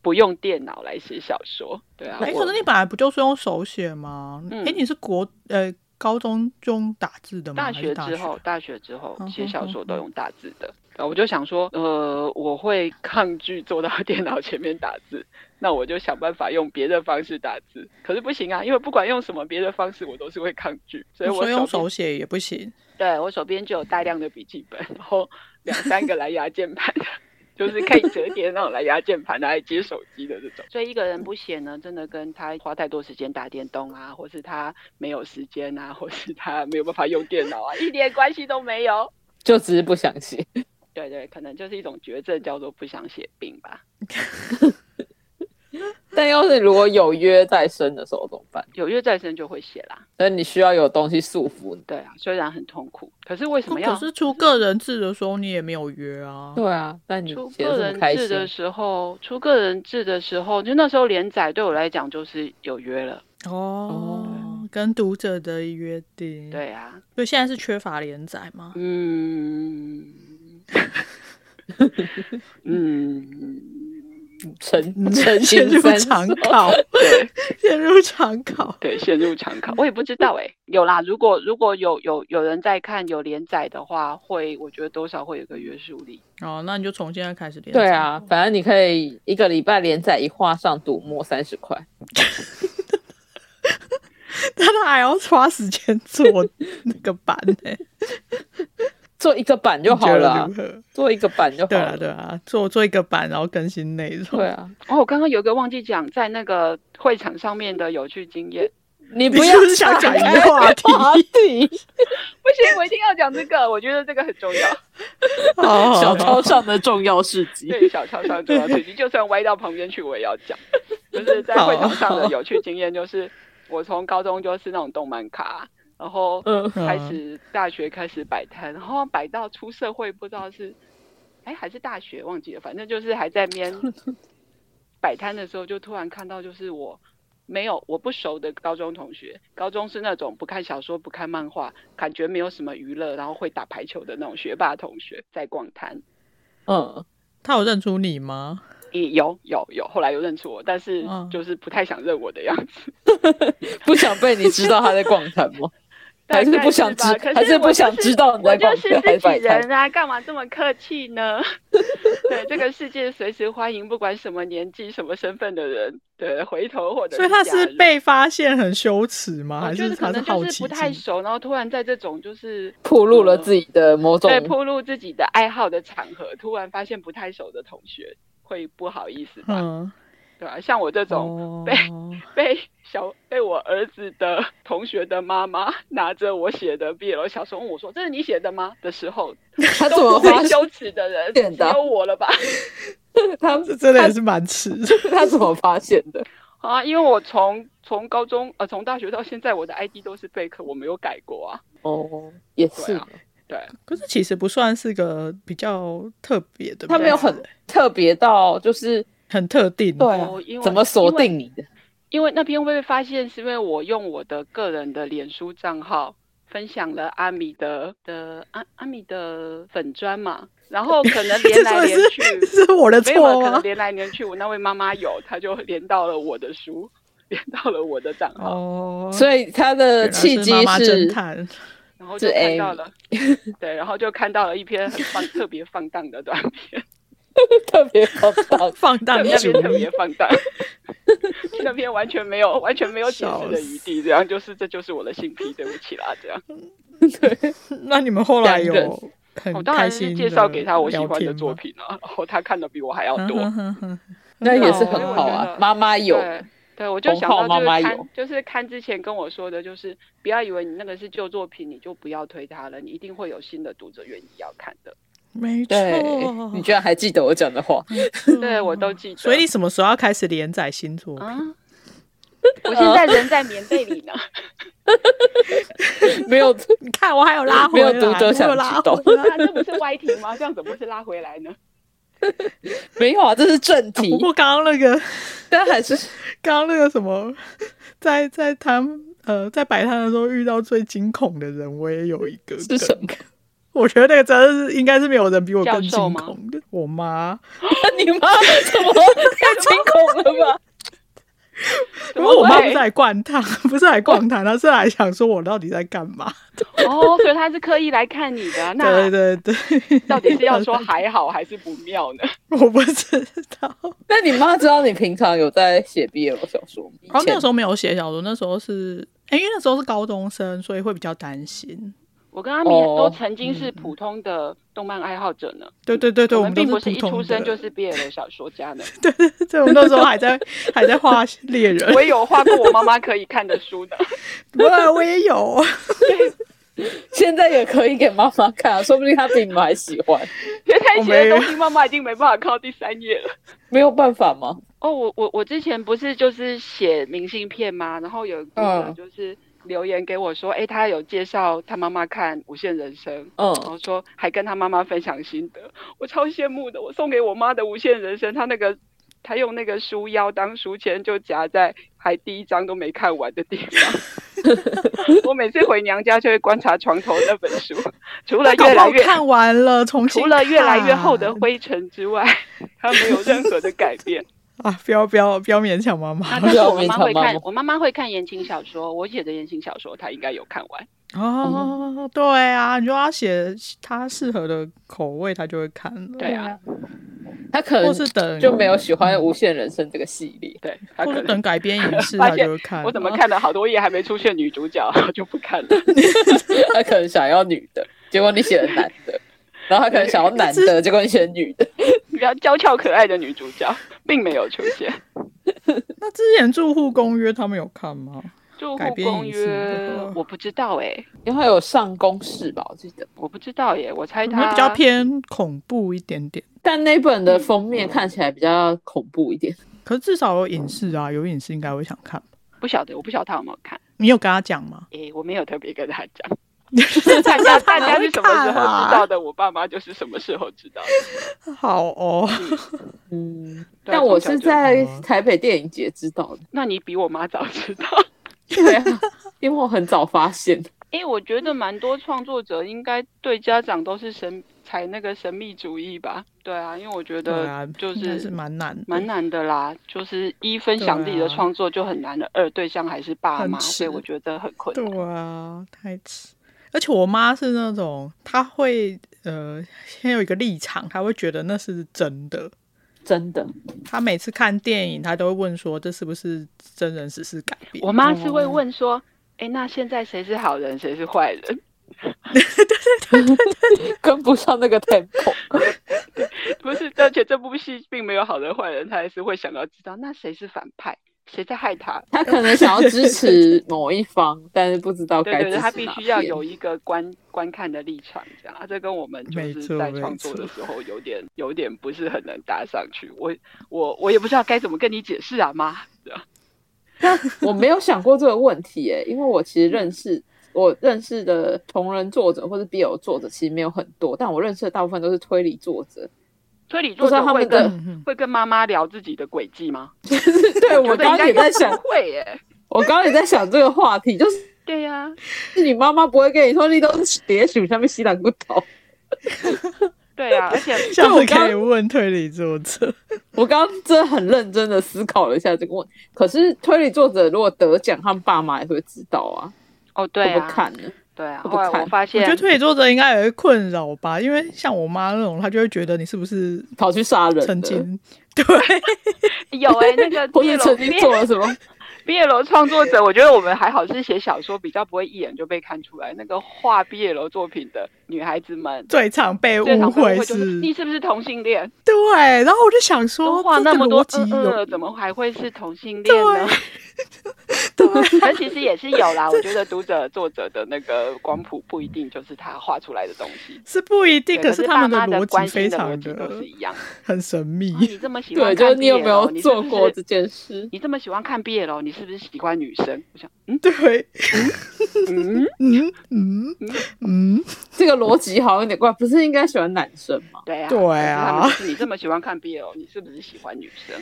[SPEAKER 3] 不用电脑来写小说。对啊，
[SPEAKER 1] 哎、
[SPEAKER 3] 我
[SPEAKER 1] 可是你本来不就是用手写吗？哎、
[SPEAKER 3] 嗯
[SPEAKER 1] 你是国呃高中中打字的吗？
[SPEAKER 3] 大
[SPEAKER 1] 还是
[SPEAKER 3] 学
[SPEAKER 1] 大
[SPEAKER 3] 之后，大学之后
[SPEAKER 1] 嗯
[SPEAKER 3] 写
[SPEAKER 1] 哼
[SPEAKER 3] 小
[SPEAKER 1] 哼
[SPEAKER 3] 说
[SPEAKER 1] 哼
[SPEAKER 3] 都用大字的，然后我就想说，呃，我会抗拒坐到 电脑前面打字，那我就想办法用别的方式打字。可是不行啊，因为不管用什么别的方式，我都是会抗拒，所以
[SPEAKER 1] 嗯
[SPEAKER 3] 我
[SPEAKER 1] 所以用
[SPEAKER 3] 手
[SPEAKER 1] 手
[SPEAKER 3] 边
[SPEAKER 1] 写也不行。
[SPEAKER 3] 对我手边就有大量的笔记本，然后两三个蓝牙键盘。就是可以折叠那种蓝牙键盘拿来接手机的这种，所以一个人不写呢，真的跟他花太多时间打电动啊，或是他没有时间啊，或是他没有办法用电脑啊，一点关系都没有。
[SPEAKER 2] 就只是不想 写。
[SPEAKER 3] 对对，可能就是一种绝症，叫做不想写病吧。
[SPEAKER 2] 但要是如果有约在身的时候怎么办？
[SPEAKER 3] 有约在身就会写啦，
[SPEAKER 2] 那你需要有东西束缚你。
[SPEAKER 3] 对啊，虽然很痛苦，可是为什
[SPEAKER 1] 可
[SPEAKER 2] 哦
[SPEAKER 3] 么要
[SPEAKER 1] 是出个人字的时候你也没有约啊。
[SPEAKER 2] 对啊，但你
[SPEAKER 3] 出
[SPEAKER 2] 写的
[SPEAKER 3] 个
[SPEAKER 2] 这么
[SPEAKER 3] 人
[SPEAKER 2] 开
[SPEAKER 3] 制
[SPEAKER 2] 心，
[SPEAKER 3] 的时候，出个人制的时候，就那时候连载对我来讲就是有约了。
[SPEAKER 1] 哦，跟读者的约定。，
[SPEAKER 3] 对啊，
[SPEAKER 1] 所以现在是缺乏连载 吗？
[SPEAKER 3] 嗯嗯，
[SPEAKER 2] 陈
[SPEAKER 1] 陷
[SPEAKER 2] 陈
[SPEAKER 1] 陷
[SPEAKER 2] 金
[SPEAKER 1] 入
[SPEAKER 2] 山
[SPEAKER 1] 常
[SPEAKER 2] 说
[SPEAKER 1] 考，
[SPEAKER 3] 对
[SPEAKER 1] 陷入常考。
[SPEAKER 3] 对，陷入常考，我也不知道哎、有啦，如果如果有有有人在看有连载的话，会我觉得多少会有个约束力。
[SPEAKER 1] 哦，那你就从现在开始练。
[SPEAKER 2] 对，啊，反正你可以一个礼拜连载一画上赌墨三十块，
[SPEAKER 1] 但他还要花时间做那个版呢、
[SPEAKER 2] 做一个版就好了啊
[SPEAKER 1] 你，觉得如何
[SPEAKER 2] 做一个版就好
[SPEAKER 1] 对啊，
[SPEAKER 2] 了。
[SPEAKER 1] 对啊，做做一个版，然后更新内容。
[SPEAKER 2] 对啊，
[SPEAKER 3] 哦，我刚刚有一个忘记讲，在那个会场上面的有趣经验，
[SPEAKER 2] 你
[SPEAKER 1] 你
[SPEAKER 2] 不
[SPEAKER 1] 是
[SPEAKER 2] 要
[SPEAKER 1] 不是想讲一个话题
[SPEAKER 2] 题，
[SPEAKER 3] 不行，我一定要讲这个，我觉得这个很重要。
[SPEAKER 1] 哦，
[SPEAKER 2] 小超上的重要事迹。
[SPEAKER 3] 对小超 商重要事情，就算歪到旁边去，我也要讲。 就是在会场上的有趣经验，就是我从高中就是那种动漫咖，然后
[SPEAKER 2] 嗯
[SPEAKER 3] 开始大学开始摆摊，然后摆到出社会不知道是，哎还是大学忘记了，反正就是还在边 摆摊的时候，就突然看到就是我。没有，我不熟的高中同学，高中是那种不看小说、不看漫画，感觉没有什么娱乐，然后会打排球的那种学霸同学在逛摊，
[SPEAKER 2] 嗯，
[SPEAKER 1] 他有认出你吗？
[SPEAKER 3] 也有有有，后来又认出我，但是
[SPEAKER 1] 嗯
[SPEAKER 3] 就是不太想认我的样子，
[SPEAKER 2] 不想被你知道他在逛摊 吗？
[SPEAKER 3] 大
[SPEAKER 2] 还是
[SPEAKER 3] 概
[SPEAKER 2] 不想
[SPEAKER 3] 吧
[SPEAKER 2] 知
[SPEAKER 3] 可
[SPEAKER 2] 还是
[SPEAKER 3] 是
[SPEAKER 2] 不
[SPEAKER 3] 我就
[SPEAKER 2] 想知道你
[SPEAKER 3] 我
[SPEAKER 2] 在
[SPEAKER 3] 就
[SPEAKER 2] 逛
[SPEAKER 3] 是
[SPEAKER 2] 街还
[SPEAKER 3] 自
[SPEAKER 2] 是摆
[SPEAKER 3] 己
[SPEAKER 2] 摊
[SPEAKER 3] 人啊，干嘛这么客气呢？ 对，这个世界随时欢迎，不管什么年纪、什么身份的人，对，回头或者
[SPEAKER 1] 所以他
[SPEAKER 3] 假
[SPEAKER 1] 是
[SPEAKER 3] 日
[SPEAKER 1] 被发现很羞耻吗？
[SPEAKER 3] 我
[SPEAKER 1] 啊还
[SPEAKER 3] 觉得
[SPEAKER 1] 他
[SPEAKER 3] 可
[SPEAKER 1] 是
[SPEAKER 3] 能
[SPEAKER 1] 好
[SPEAKER 3] 就是
[SPEAKER 1] 奇
[SPEAKER 3] 不太
[SPEAKER 1] 心
[SPEAKER 3] 熟，然后突然在这种就是呃
[SPEAKER 2] 暴露了自己的某种
[SPEAKER 3] 对铺露自己的爱好的场合，突然发现不太熟的同学会不好意思吧？
[SPEAKER 1] 嗯，
[SPEAKER 3] 对吧、像我这种。
[SPEAKER 1] 哦
[SPEAKER 3] 被 被小被我儿子的同学的妈妈拿着我写的 BL 小说问我说：“这是你写的吗？”的时候，
[SPEAKER 2] 他怎
[SPEAKER 3] 都
[SPEAKER 2] 么
[SPEAKER 3] 不
[SPEAKER 2] 发
[SPEAKER 3] 会
[SPEAKER 2] 现
[SPEAKER 3] 羞耻的人只
[SPEAKER 2] 现的
[SPEAKER 3] 有我了吧？
[SPEAKER 2] 他
[SPEAKER 1] 这真的也是蛮迟的。
[SPEAKER 2] 他怎么发现的？
[SPEAKER 3] 啊，因为我从从高中呃从大学到现在，我的 ID 都是贝克，我没有改过啊。
[SPEAKER 2] 哦，也是
[SPEAKER 3] 对啊，对，
[SPEAKER 1] 可是其实不算是个比较特别的，欸
[SPEAKER 2] 他没有很
[SPEAKER 1] 啊
[SPEAKER 2] 特别到就是
[SPEAKER 1] 很特定。
[SPEAKER 2] 对啊
[SPEAKER 3] 哦因为
[SPEAKER 2] 怎么锁定你的？
[SPEAKER 3] 因为那篇会被发现，是因为我用我的个人的脸书账号分享了阿米的的阿阿米的粉砖嘛，然后可能 连
[SPEAKER 1] 这真
[SPEAKER 3] 来
[SPEAKER 1] 的
[SPEAKER 3] 连去。
[SPEAKER 1] 是是我的
[SPEAKER 3] 没有啊，
[SPEAKER 1] 错
[SPEAKER 3] 可能
[SPEAKER 1] 吗？
[SPEAKER 3] 连来连去，我那位妈妈有，她就连到了我的书，连到了我的账号，
[SPEAKER 1] 哦，
[SPEAKER 2] 所以他
[SPEAKER 1] 原
[SPEAKER 2] 的
[SPEAKER 1] 来
[SPEAKER 2] 契
[SPEAKER 1] 妈
[SPEAKER 2] 机
[SPEAKER 1] 妈
[SPEAKER 2] 是
[SPEAKER 1] 侦探，，
[SPEAKER 3] 然后就
[SPEAKER 2] 这
[SPEAKER 3] 看到了，对，然后就看到了一篇很放特别放荡的短片，
[SPEAKER 2] 特别高 档
[SPEAKER 1] 放荡
[SPEAKER 3] 那篇
[SPEAKER 1] 主
[SPEAKER 3] 特
[SPEAKER 1] 义
[SPEAKER 3] 别。放荡， 那篇完全没有完全没有解释的余地，这样就是这就是我的性癖，对不起啦，这样。
[SPEAKER 1] 那你们后来有
[SPEAKER 2] 两个
[SPEAKER 1] 很
[SPEAKER 3] 我哦当
[SPEAKER 1] 开
[SPEAKER 3] 然是
[SPEAKER 1] 心
[SPEAKER 3] 介绍给他我喜
[SPEAKER 1] 聊
[SPEAKER 3] 欢的
[SPEAKER 1] 天
[SPEAKER 3] 作
[SPEAKER 1] 吗
[SPEAKER 3] 品啊，然后他看的比我还要多，哦
[SPEAKER 1] 嗯哼哼哼
[SPEAKER 2] 那也是
[SPEAKER 1] 很
[SPEAKER 2] 很好
[SPEAKER 3] 所以我觉
[SPEAKER 2] 啊。
[SPEAKER 3] 得
[SPEAKER 2] 妈妈有，
[SPEAKER 3] 对，对我就
[SPEAKER 2] 红
[SPEAKER 3] 想
[SPEAKER 2] 浩
[SPEAKER 3] 到就是
[SPEAKER 2] 妈妈
[SPEAKER 3] 看
[SPEAKER 2] 有
[SPEAKER 3] 就是看之前跟我说的，就是不要以为你那个是旧作品，你就不要推它了，你一定会有新的读者愿意要看的。
[SPEAKER 1] 没
[SPEAKER 2] 对
[SPEAKER 3] 哦
[SPEAKER 1] 错，，
[SPEAKER 2] 你居然还记得我讲的话，
[SPEAKER 3] 对我都记得。
[SPEAKER 1] 嗯所以你什么时候要开始连载新作品？
[SPEAKER 3] 啊， 我现在人在棉被 里呢。
[SPEAKER 2] 没有
[SPEAKER 1] 你看我还有拉回
[SPEAKER 2] 没
[SPEAKER 1] 来，
[SPEAKER 2] 有读者想
[SPEAKER 1] 我有拉
[SPEAKER 2] 知道
[SPEAKER 1] 回来
[SPEAKER 3] 啊，这不是歪题吗？这样怎么是拉回来呢？
[SPEAKER 2] 没有啊，这是正题
[SPEAKER 1] 不，过刚刚那个，
[SPEAKER 2] 但还 是
[SPEAKER 1] 刚刚那个什么， 在在摊呃在摆摊的时候遇到最惊恐的人，我也有一个
[SPEAKER 2] 是什么？
[SPEAKER 1] 我觉得那个真的是应该是没有人比我更
[SPEAKER 3] 教授
[SPEAKER 1] 惊
[SPEAKER 3] 吗
[SPEAKER 1] 恐的。我妈，
[SPEAKER 2] 你妈怎么太惊恐了吧？
[SPEAKER 1] 因为我妈不
[SPEAKER 3] 怎
[SPEAKER 1] 是
[SPEAKER 3] 么
[SPEAKER 1] 来灌汤， 不是来逛摊，她是来想说我到底在干嘛。
[SPEAKER 3] 会哦，所以他是刻意来看你的啊，
[SPEAKER 1] 对
[SPEAKER 3] 那
[SPEAKER 1] 对对，
[SPEAKER 3] 到底是要说还好还是不妙呢？
[SPEAKER 1] 我不知道。
[SPEAKER 2] 那你妈知道你平常有在写 BL 小说吗？以
[SPEAKER 1] 然后哦那
[SPEAKER 2] 前
[SPEAKER 1] 时候没有写小说，那时候是。哎，因为那时候是高中生，所以会比较担心。
[SPEAKER 3] 我跟阿米都
[SPEAKER 2] 哦
[SPEAKER 3] 曾经是普通的动漫爱好者呢。
[SPEAKER 1] 对对对对，
[SPEAKER 3] 我
[SPEAKER 1] 我
[SPEAKER 3] 们
[SPEAKER 1] 都
[SPEAKER 3] 并不
[SPEAKER 1] 普
[SPEAKER 3] 一
[SPEAKER 1] 通
[SPEAKER 3] 出
[SPEAKER 1] 的
[SPEAKER 3] 生就是 BL 小说家呢。
[SPEAKER 1] 对，我们那时候还在还在画猎 人，
[SPEAKER 3] 我也有画过我妈妈可以看的 书的。
[SPEAKER 1] 我我也有，
[SPEAKER 2] 现在也可以给妈妈看啊，说不定她比你们还喜欢。
[SPEAKER 3] 因为太
[SPEAKER 1] 我
[SPEAKER 3] 写
[SPEAKER 1] 没
[SPEAKER 3] 的东西，妈妈已经没办法看到第三页了。
[SPEAKER 2] 没有办法吗？
[SPEAKER 3] 哦，我我我之前不是就是写明信片吗？然后有一个
[SPEAKER 2] 嗯
[SPEAKER 3] 就是留言给我说，哎、他有介绍他妈妈看《无限人生》。然
[SPEAKER 2] 嗯，
[SPEAKER 3] 后说还跟他妈妈分享心得，我超羡慕的。我送给我妈的《无限人生》，她那个她用那个书腰当书签，就夹在还第一章都没看完的 地方。我每次回娘家就会观察床头那本 书，除了
[SPEAKER 1] 搞
[SPEAKER 3] 越
[SPEAKER 1] 不
[SPEAKER 3] 来
[SPEAKER 1] 好
[SPEAKER 3] 越
[SPEAKER 1] 看 完了，重新
[SPEAKER 3] 除了越来越厚的
[SPEAKER 1] 看
[SPEAKER 3] 灰尘之外，它没有任何的改变。
[SPEAKER 1] 啊，不要不要不要勉强妈妈
[SPEAKER 3] 啊，但是我
[SPEAKER 2] 勉
[SPEAKER 3] 妈妈
[SPEAKER 2] 强
[SPEAKER 3] 会
[SPEAKER 2] 妈
[SPEAKER 3] 看
[SPEAKER 2] 妈，
[SPEAKER 3] 我妈妈会看言情小说，我写的言情小说她应该有看完。嗯
[SPEAKER 1] 哦。对啊，你就要写他适合的口味，他就会看了。
[SPEAKER 3] 对啊，
[SPEAKER 2] 他可
[SPEAKER 1] 或
[SPEAKER 2] 能
[SPEAKER 1] 是等
[SPEAKER 2] 就没有喜欢《无限人生》这个系列。
[SPEAKER 3] 对，她
[SPEAKER 1] 或
[SPEAKER 3] 可
[SPEAKER 1] 者
[SPEAKER 3] 能
[SPEAKER 1] 等改编影视，
[SPEAKER 3] 发
[SPEAKER 1] 他
[SPEAKER 3] 现
[SPEAKER 1] 就会看。啊
[SPEAKER 3] 我怎么？看了好多页还没出现女主角， 我就不看了。
[SPEAKER 2] 他可能想要女的，结果你写了男的，然后他可能想要 男的，结果你写了女的。
[SPEAKER 3] 比较娇俏可爱的女主角并没有出现。
[SPEAKER 1] 那之前住户公约他们有看吗？
[SPEAKER 3] 住
[SPEAKER 1] 改
[SPEAKER 3] 户
[SPEAKER 1] 编
[SPEAKER 3] 公
[SPEAKER 1] 影视
[SPEAKER 3] 约
[SPEAKER 1] 的话
[SPEAKER 3] 我不知道哎、
[SPEAKER 2] 因为他有上公式吧，我记得。
[SPEAKER 3] 我不知道耶、我猜
[SPEAKER 1] 有没有
[SPEAKER 3] 他
[SPEAKER 1] 比较偏恐怖一点点？
[SPEAKER 2] 但那本的封面看起来比较恐怖一点。
[SPEAKER 1] 可是至少有影视啊，有影视应该会想看。
[SPEAKER 3] 不晓得，我不晓得他有没有看。
[SPEAKER 1] 你有跟他讲 吗？
[SPEAKER 3] 诶、我没有特别跟他讲。大家大家是什么时候
[SPEAKER 1] 啊
[SPEAKER 3] 知道的？我爸妈就是什么时候知道的。
[SPEAKER 1] 好哦，
[SPEAKER 2] 嗯，
[SPEAKER 3] 对啊
[SPEAKER 2] 但我
[SPEAKER 3] 从
[SPEAKER 2] 是
[SPEAKER 3] 小就
[SPEAKER 2] 在台北电影节知道的。
[SPEAKER 3] 那你比我妈早知道。
[SPEAKER 2] 对啊， 因为我很早发现。
[SPEAKER 3] 诶、我觉得蛮多创作者应该对家长都是神采那个神秘主义吧。 对啊，因为我觉
[SPEAKER 1] 对啊
[SPEAKER 3] 得，就
[SPEAKER 1] 应该是
[SPEAKER 3] 是
[SPEAKER 1] 蛮难的，
[SPEAKER 3] 蛮难的啦，就是一分享自己的
[SPEAKER 1] 对啊
[SPEAKER 3] 创作就很难了，二对象还是爸
[SPEAKER 1] 很
[SPEAKER 3] 妈，所以
[SPEAKER 1] 迟
[SPEAKER 3] 我觉得很困难。
[SPEAKER 1] 对啊，太迟。而且我妈是那种，她会呃，先有一个立场，她会觉得那是真的。
[SPEAKER 2] 真的，
[SPEAKER 1] 她每次看电影，她都会问说这是不是真人实事改编？
[SPEAKER 3] 我妈是
[SPEAKER 1] 啊
[SPEAKER 3] 会问说：“哎、那现在谁是好人，谁是坏人
[SPEAKER 2] 跟不上那个 tempo，？”
[SPEAKER 3] 不是，而且这部戏并没有好人坏人，她还是会想要知道那谁是反派，谁在害她。
[SPEAKER 2] 他可能想要支持某一方，但是不知道
[SPEAKER 3] 对
[SPEAKER 2] 该支
[SPEAKER 3] 对对，
[SPEAKER 2] 持
[SPEAKER 3] 她
[SPEAKER 2] 哪
[SPEAKER 3] 必须要
[SPEAKER 2] 边
[SPEAKER 3] 有一个观观看的立场，这样啊，这跟我们就
[SPEAKER 1] 没
[SPEAKER 3] 是
[SPEAKER 1] 错
[SPEAKER 3] 在
[SPEAKER 1] 没
[SPEAKER 3] 创作的
[SPEAKER 1] 错
[SPEAKER 3] 时候有点有点不是很能搭上去。我我我也不知道该怎么跟你解释啊，妈。这样
[SPEAKER 2] 我没有想过这个问题诶、因为我其实认识我认识的同人作者或者 BL 作者其实没有很多，但我认识的大部分都是推理作者。
[SPEAKER 3] 推理
[SPEAKER 2] 不
[SPEAKER 3] 作
[SPEAKER 2] 知道
[SPEAKER 3] 者
[SPEAKER 2] 他
[SPEAKER 3] 会
[SPEAKER 2] 们的
[SPEAKER 3] 跟
[SPEAKER 1] 嗯哼
[SPEAKER 3] 会跟妈妈聊自己的轨迹吗？
[SPEAKER 2] 对我
[SPEAKER 3] 觉得
[SPEAKER 2] 刚刚
[SPEAKER 3] 应该
[SPEAKER 2] 也在
[SPEAKER 3] 不
[SPEAKER 2] 想，
[SPEAKER 3] 会耶、
[SPEAKER 2] 我刚刚也在想这个话题，就是
[SPEAKER 3] 对呀、
[SPEAKER 2] 你妈妈不会跟你说你都是别属下面西兰骨头。
[SPEAKER 3] 对呀、而且
[SPEAKER 1] 下
[SPEAKER 2] 对
[SPEAKER 1] 次
[SPEAKER 2] 我刚
[SPEAKER 1] 可以问推理作者。
[SPEAKER 2] 我刚刚真的很认真的思考了一下这个问题，可是推理作者如果得奖，他们爸妈也会知道啊，
[SPEAKER 3] 哦，对
[SPEAKER 2] 会
[SPEAKER 3] 啊，
[SPEAKER 2] 不会看呢？
[SPEAKER 3] 对啊，
[SPEAKER 2] 会不
[SPEAKER 3] 后来我
[SPEAKER 2] 看
[SPEAKER 3] 发
[SPEAKER 1] 我
[SPEAKER 3] 现
[SPEAKER 1] 觉得推理作者应该有一个困扰吧，因为像我妈那种，她就会觉得你是不是
[SPEAKER 2] 跑去杀人了
[SPEAKER 1] 曾经对
[SPEAKER 3] 有哎、那个
[SPEAKER 2] 或
[SPEAKER 3] 毕业
[SPEAKER 2] 是曾
[SPEAKER 3] 楼毕
[SPEAKER 2] 经
[SPEAKER 3] 业
[SPEAKER 2] 做了什么？
[SPEAKER 3] 毕业楼创作者，我觉得我们还好是写小说，比较不会一眼就被看出来。那个画毕业楼作品的女孩子们。
[SPEAKER 1] 最常被
[SPEAKER 3] 最常
[SPEAKER 1] 误
[SPEAKER 3] 被误
[SPEAKER 1] 会
[SPEAKER 3] 会就是
[SPEAKER 1] 是，
[SPEAKER 3] 你是不是同性恋？
[SPEAKER 1] 对。然后我就想说，
[SPEAKER 3] 画
[SPEAKER 1] 哦这
[SPEAKER 3] 那
[SPEAKER 1] 个
[SPEAKER 3] 么多
[SPEAKER 1] 逻辑有
[SPEAKER 3] 呃呃，怎么还会是同性恋呢？ 对，啊但其实也是有 啦。我觉得读者作者的那个光谱不一定就是他画出来的东西，
[SPEAKER 1] 是不一定，
[SPEAKER 3] 对可
[SPEAKER 1] 是他
[SPEAKER 3] 爸
[SPEAKER 1] 们
[SPEAKER 3] 妈的
[SPEAKER 1] 逻
[SPEAKER 3] 关
[SPEAKER 1] 辑
[SPEAKER 3] 心
[SPEAKER 1] 非
[SPEAKER 3] 的
[SPEAKER 1] 常
[SPEAKER 3] 逻辑都是一样的。
[SPEAKER 1] 很神
[SPEAKER 3] 啊
[SPEAKER 1] 秘。
[SPEAKER 3] 你这么喜
[SPEAKER 2] 对，
[SPEAKER 3] 欢看
[SPEAKER 2] 就是你有没有
[SPEAKER 3] BL
[SPEAKER 2] 做过
[SPEAKER 3] 你是
[SPEAKER 2] 这件事
[SPEAKER 3] 不是？你这么喜欢看 BL，你是不是喜欢女生？我想，嗯
[SPEAKER 1] 对，
[SPEAKER 3] 嗯，
[SPEAKER 1] 嗯嗯嗯，
[SPEAKER 2] 这个逻辑好像有点怪，不是应该喜欢男生吗？
[SPEAKER 3] 对啊，
[SPEAKER 1] 对啊
[SPEAKER 3] 可是他们就是你这么喜欢看 BL，你是不是喜欢女生？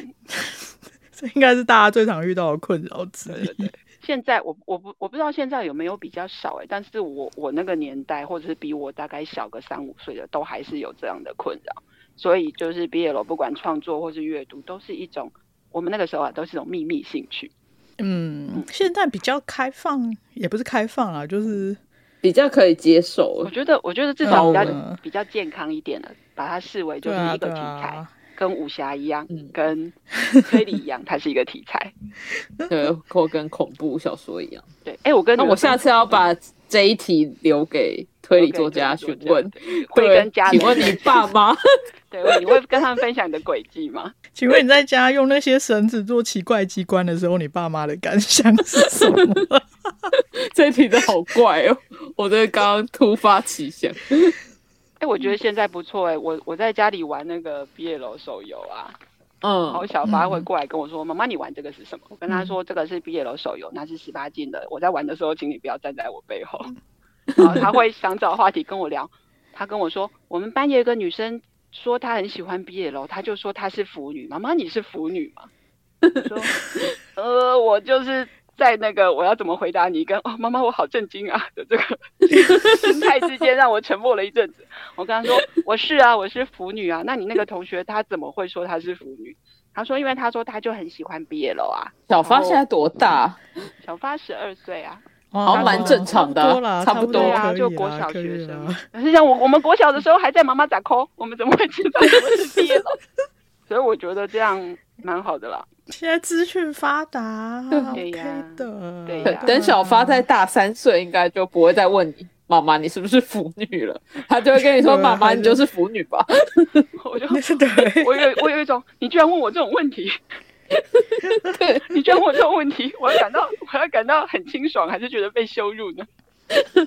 [SPEAKER 1] 这应该是大家最常遇到的困扰之
[SPEAKER 3] 对对
[SPEAKER 1] 一。
[SPEAKER 3] 对。现在我我不我不知道现在有没有比较少哎、但是我我那个年代或者是比我大概小个三五岁的，都还是有这样的困扰。所以就是 BL 不管创作或是阅读，都是一种我们那个时候啊，都是一种秘密兴趣。
[SPEAKER 1] 嗯，现在比较开放，也不是开放啊，就是
[SPEAKER 2] 比较可以接受
[SPEAKER 3] 我。觉得我觉得至少比较、
[SPEAKER 1] 嗯
[SPEAKER 3] 比较健康一点的，把它视为就
[SPEAKER 1] 对
[SPEAKER 3] 是
[SPEAKER 1] 啊
[SPEAKER 3] 一个
[SPEAKER 1] 对
[SPEAKER 3] 题材。
[SPEAKER 1] 啊。
[SPEAKER 3] 跟武侠一样，
[SPEAKER 2] 嗯
[SPEAKER 3] 跟推理一样，它是一个题材。
[SPEAKER 2] 对，或跟恐怖小说一 样。
[SPEAKER 3] 对，哎、我跟
[SPEAKER 2] 那我下次要把这一题留给推理作家询 问，，
[SPEAKER 3] 会
[SPEAKER 2] 对
[SPEAKER 3] 跟家人
[SPEAKER 2] 请问你爸妈？
[SPEAKER 3] 对，你会跟他们分享你的轨迹吗？
[SPEAKER 1] 请问你在家用那些绳子做奇怪机关的时候，你爸妈的感想是什 么？
[SPEAKER 2] 这一题的好怪哦，我这刚刚突发奇想。
[SPEAKER 3] 哎、我觉得现在不错哎、我我在家里玩那个毕业楼手游啊，然后
[SPEAKER 2] 嗯，
[SPEAKER 3] 小八会过来跟我说：“妈妈，你玩这个是什么？”我跟他说：“这个是毕业楼手游，那是十八禁的。我在玩的时候，请你不要站在我背后。”然后他会想找话题跟我聊。他跟我说：“我们班有一个女生说她很喜欢毕业楼，她就说她是腐女。妈妈，你是腐女吗？”我说：“呃，我就是在那个我要怎么回答你跟哦，妈妈，我好震惊啊的这个心态之间，让我沉默了一阵子。我跟他说：我是啊，我是腐女啊。那你那个同学他怎么会说他是腐女？”他说，因为他说他就很喜欢 BL 啊。
[SPEAKER 2] 小发现在多大？
[SPEAKER 3] 小发十二岁啊，
[SPEAKER 1] 哦
[SPEAKER 2] 好像蛮正常的啊
[SPEAKER 1] 啦，
[SPEAKER 2] 差
[SPEAKER 1] 差
[SPEAKER 2] 不多
[SPEAKER 1] 可以
[SPEAKER 3] 啊，
[SPEAKER 1] 啦
[SPEAKER 3] 就国小学。
[SPEAKER 1] 可以
[SPEAKER 3] 生
[SPEAKER 1] 啦。
[SPEAKER 3] 可是像我我们国小的时候还在妈妈咋抠，我们怎么会知道什么是 BL？所以 我觉得这样蛮好的啦。
[SPEAKER 1] 现在资讯发达
[SPEAKER 3] 对
[SPEAKER 1] ，OK
[SPEAKER 3] 呀
[SPEAKER 1] 的。啊
[SPEAKER 3] 对啊
[SPEAKER 2] 等
[SPEAKER 3] 呀
[SPEAKER 2] 等小发在大三岁，应该就不会再问你妈妈你是不是腐女了， 他就会跟 你说
[SPEAKER 3] 啊
[SPEAKER 1] 对
[SPEAKER 2] 妈妈
[SPEAKER 1] 他就
[SPEAKER 2] 你就是腐女吧。
[SPEAKER 3] 我就
[SPEAKER 1] 对，
[SPEAKER 3] 我有我有一种，你居然问我这种问题，你居然问我这种问题，我要感到我要感到很清爽，还是觉得被羞辱呢？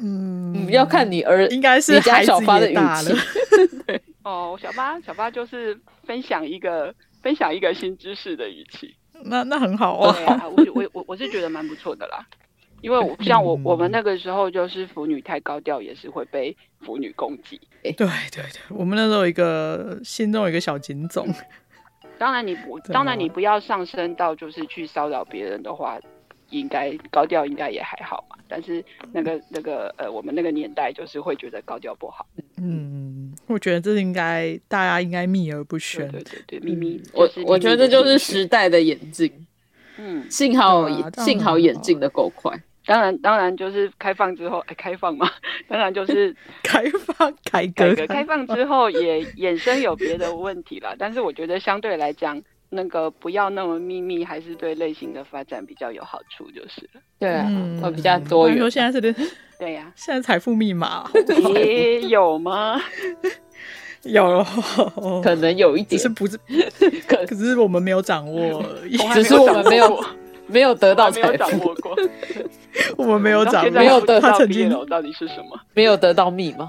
[SPEAKER 1] 嗯
[SPEAKER 2] 嗯，要看你儿
[SPEAKER 1] 应该是
[SPEAKER 2] 你家
[SPEAKER 1] 孩子
[SPEAKER 2] 小发的
[SPEAKER 1] 也
[SPEAKER 2] 语
[SPEAKER 1] 大
[SPEAKER 2] 气
[SPEAKER 1] 了。。
[SPEAKER 3] 哦，小八小八就是分享一个分享一个新知识的语气，
[SPEAKER 1] 那那很好啊。
[SPEAKER 3] 对啊，我我我我是觉得蛮不错的啦。因为我像我我们那个时候就是腐女太高调，也是会被腐女攻击。
[SPEAKER 1] 对对对，我们那时候有一个心中有一个小警总，
[SPEAKER 3] 当然你不，
[SPEAKER 1] 对啊
[SPEAKER 3] 当然你不要上升到就是去骚扰别人的话，应该高调应该也还好嘛。但是那个那个呃，我们那个年代就是会觉得高调不好。
[SPEAKER 1] 嗯，我觉得这应该大家应该秘而不
[SPEAKER 3] 对
[SPEAKER 1] 宣。
[SPEAKER 3] 对对对，秘
[SPEAKER 1] 嗯
[SPEAKER 3] 密。
[SPEAKER 2] 我
[SPEAKER 3] 就是秘密
[SPEAKER 2] 我觉得这
[SPEAKER 3] 的
[SPEAKER 2] 就是
[SPEAKER 3] 情绪
[SPEAKER 2] 时代的演进，
[SPEAKER 3] 嗯，
[SPEAKER 2] 幸好
[SPEAKER 1] 对啊这样
[SPEAKER 2] 幸好
[SPEAKER 1] 很
[SPEAKER 2] 演
[SPEAKER 1] 好
[SPEAKER 2] 进的够快。
[SPEAKER 3] 当然当然就是开放之后，哎，开放嘛， 当然就是
[SPEAKER 1] 开放改革
[SPEAKER 3] 改革开放之 后也衍生有别的问题了。但是我觉得相对来讲，那个不要那么秘密，还是对类型的发展比较有好处，就是了。
[SPEAKER 2] 对啊，
[SPEAKER 1] 嗯
[SPEAKER 2] 会比较多
[SPEAKER 1] 我
[SPEAKER 2] 元
[SPEAKER 1] 说。现在是
[SPEAKER 3] 对呀、
[SPEAKER 1] 现在财富密 码哦
[SPEAKER 3] 也有吗？
[SPEAKER 1] 有了，嗯
[SPEAKER 2] 可能有一
[SPEAKER 1] 只
[SPEAKER 2] 点
[SPEAKER 1] 是，不是，
[SPEAKER 2] 可
[SPEAKER 1] 可是我们没有掌握而已，
[SPEAKER 3] 从来
[SPEAKER 2] 只是我们没
[SPEAKER 3] 掌握
[SPEAKER 2] 有
[SPEAKER 3] 过
[SPEAKER 2] 没有得到
[SPEAKER 3] 从来没
[SPEAKER 2] 财
[SPEAKER 3] 有掌
[SPEAKER 2] 富，
[SPEAKER 3] 握过。
[SPEAKER 1] 我们没有掌
[SPEAKER 3] 到
[SPEAKER 1] 握，
[SPEAKER 3] 现在
[SPEAKER 2] 没有
[SPEAKER 3] 不知
[SPEAKER 2] 得
[SPEAKER 1] 他
[SPEAKER 3] 道
[SPEAKER 1] 曾
[SPEAKER 3] 毕业
[SPEAKER 1] 经
[SPEAKER 3] 楼到底是什么？
[SPEAKER 2] 没有得到密码。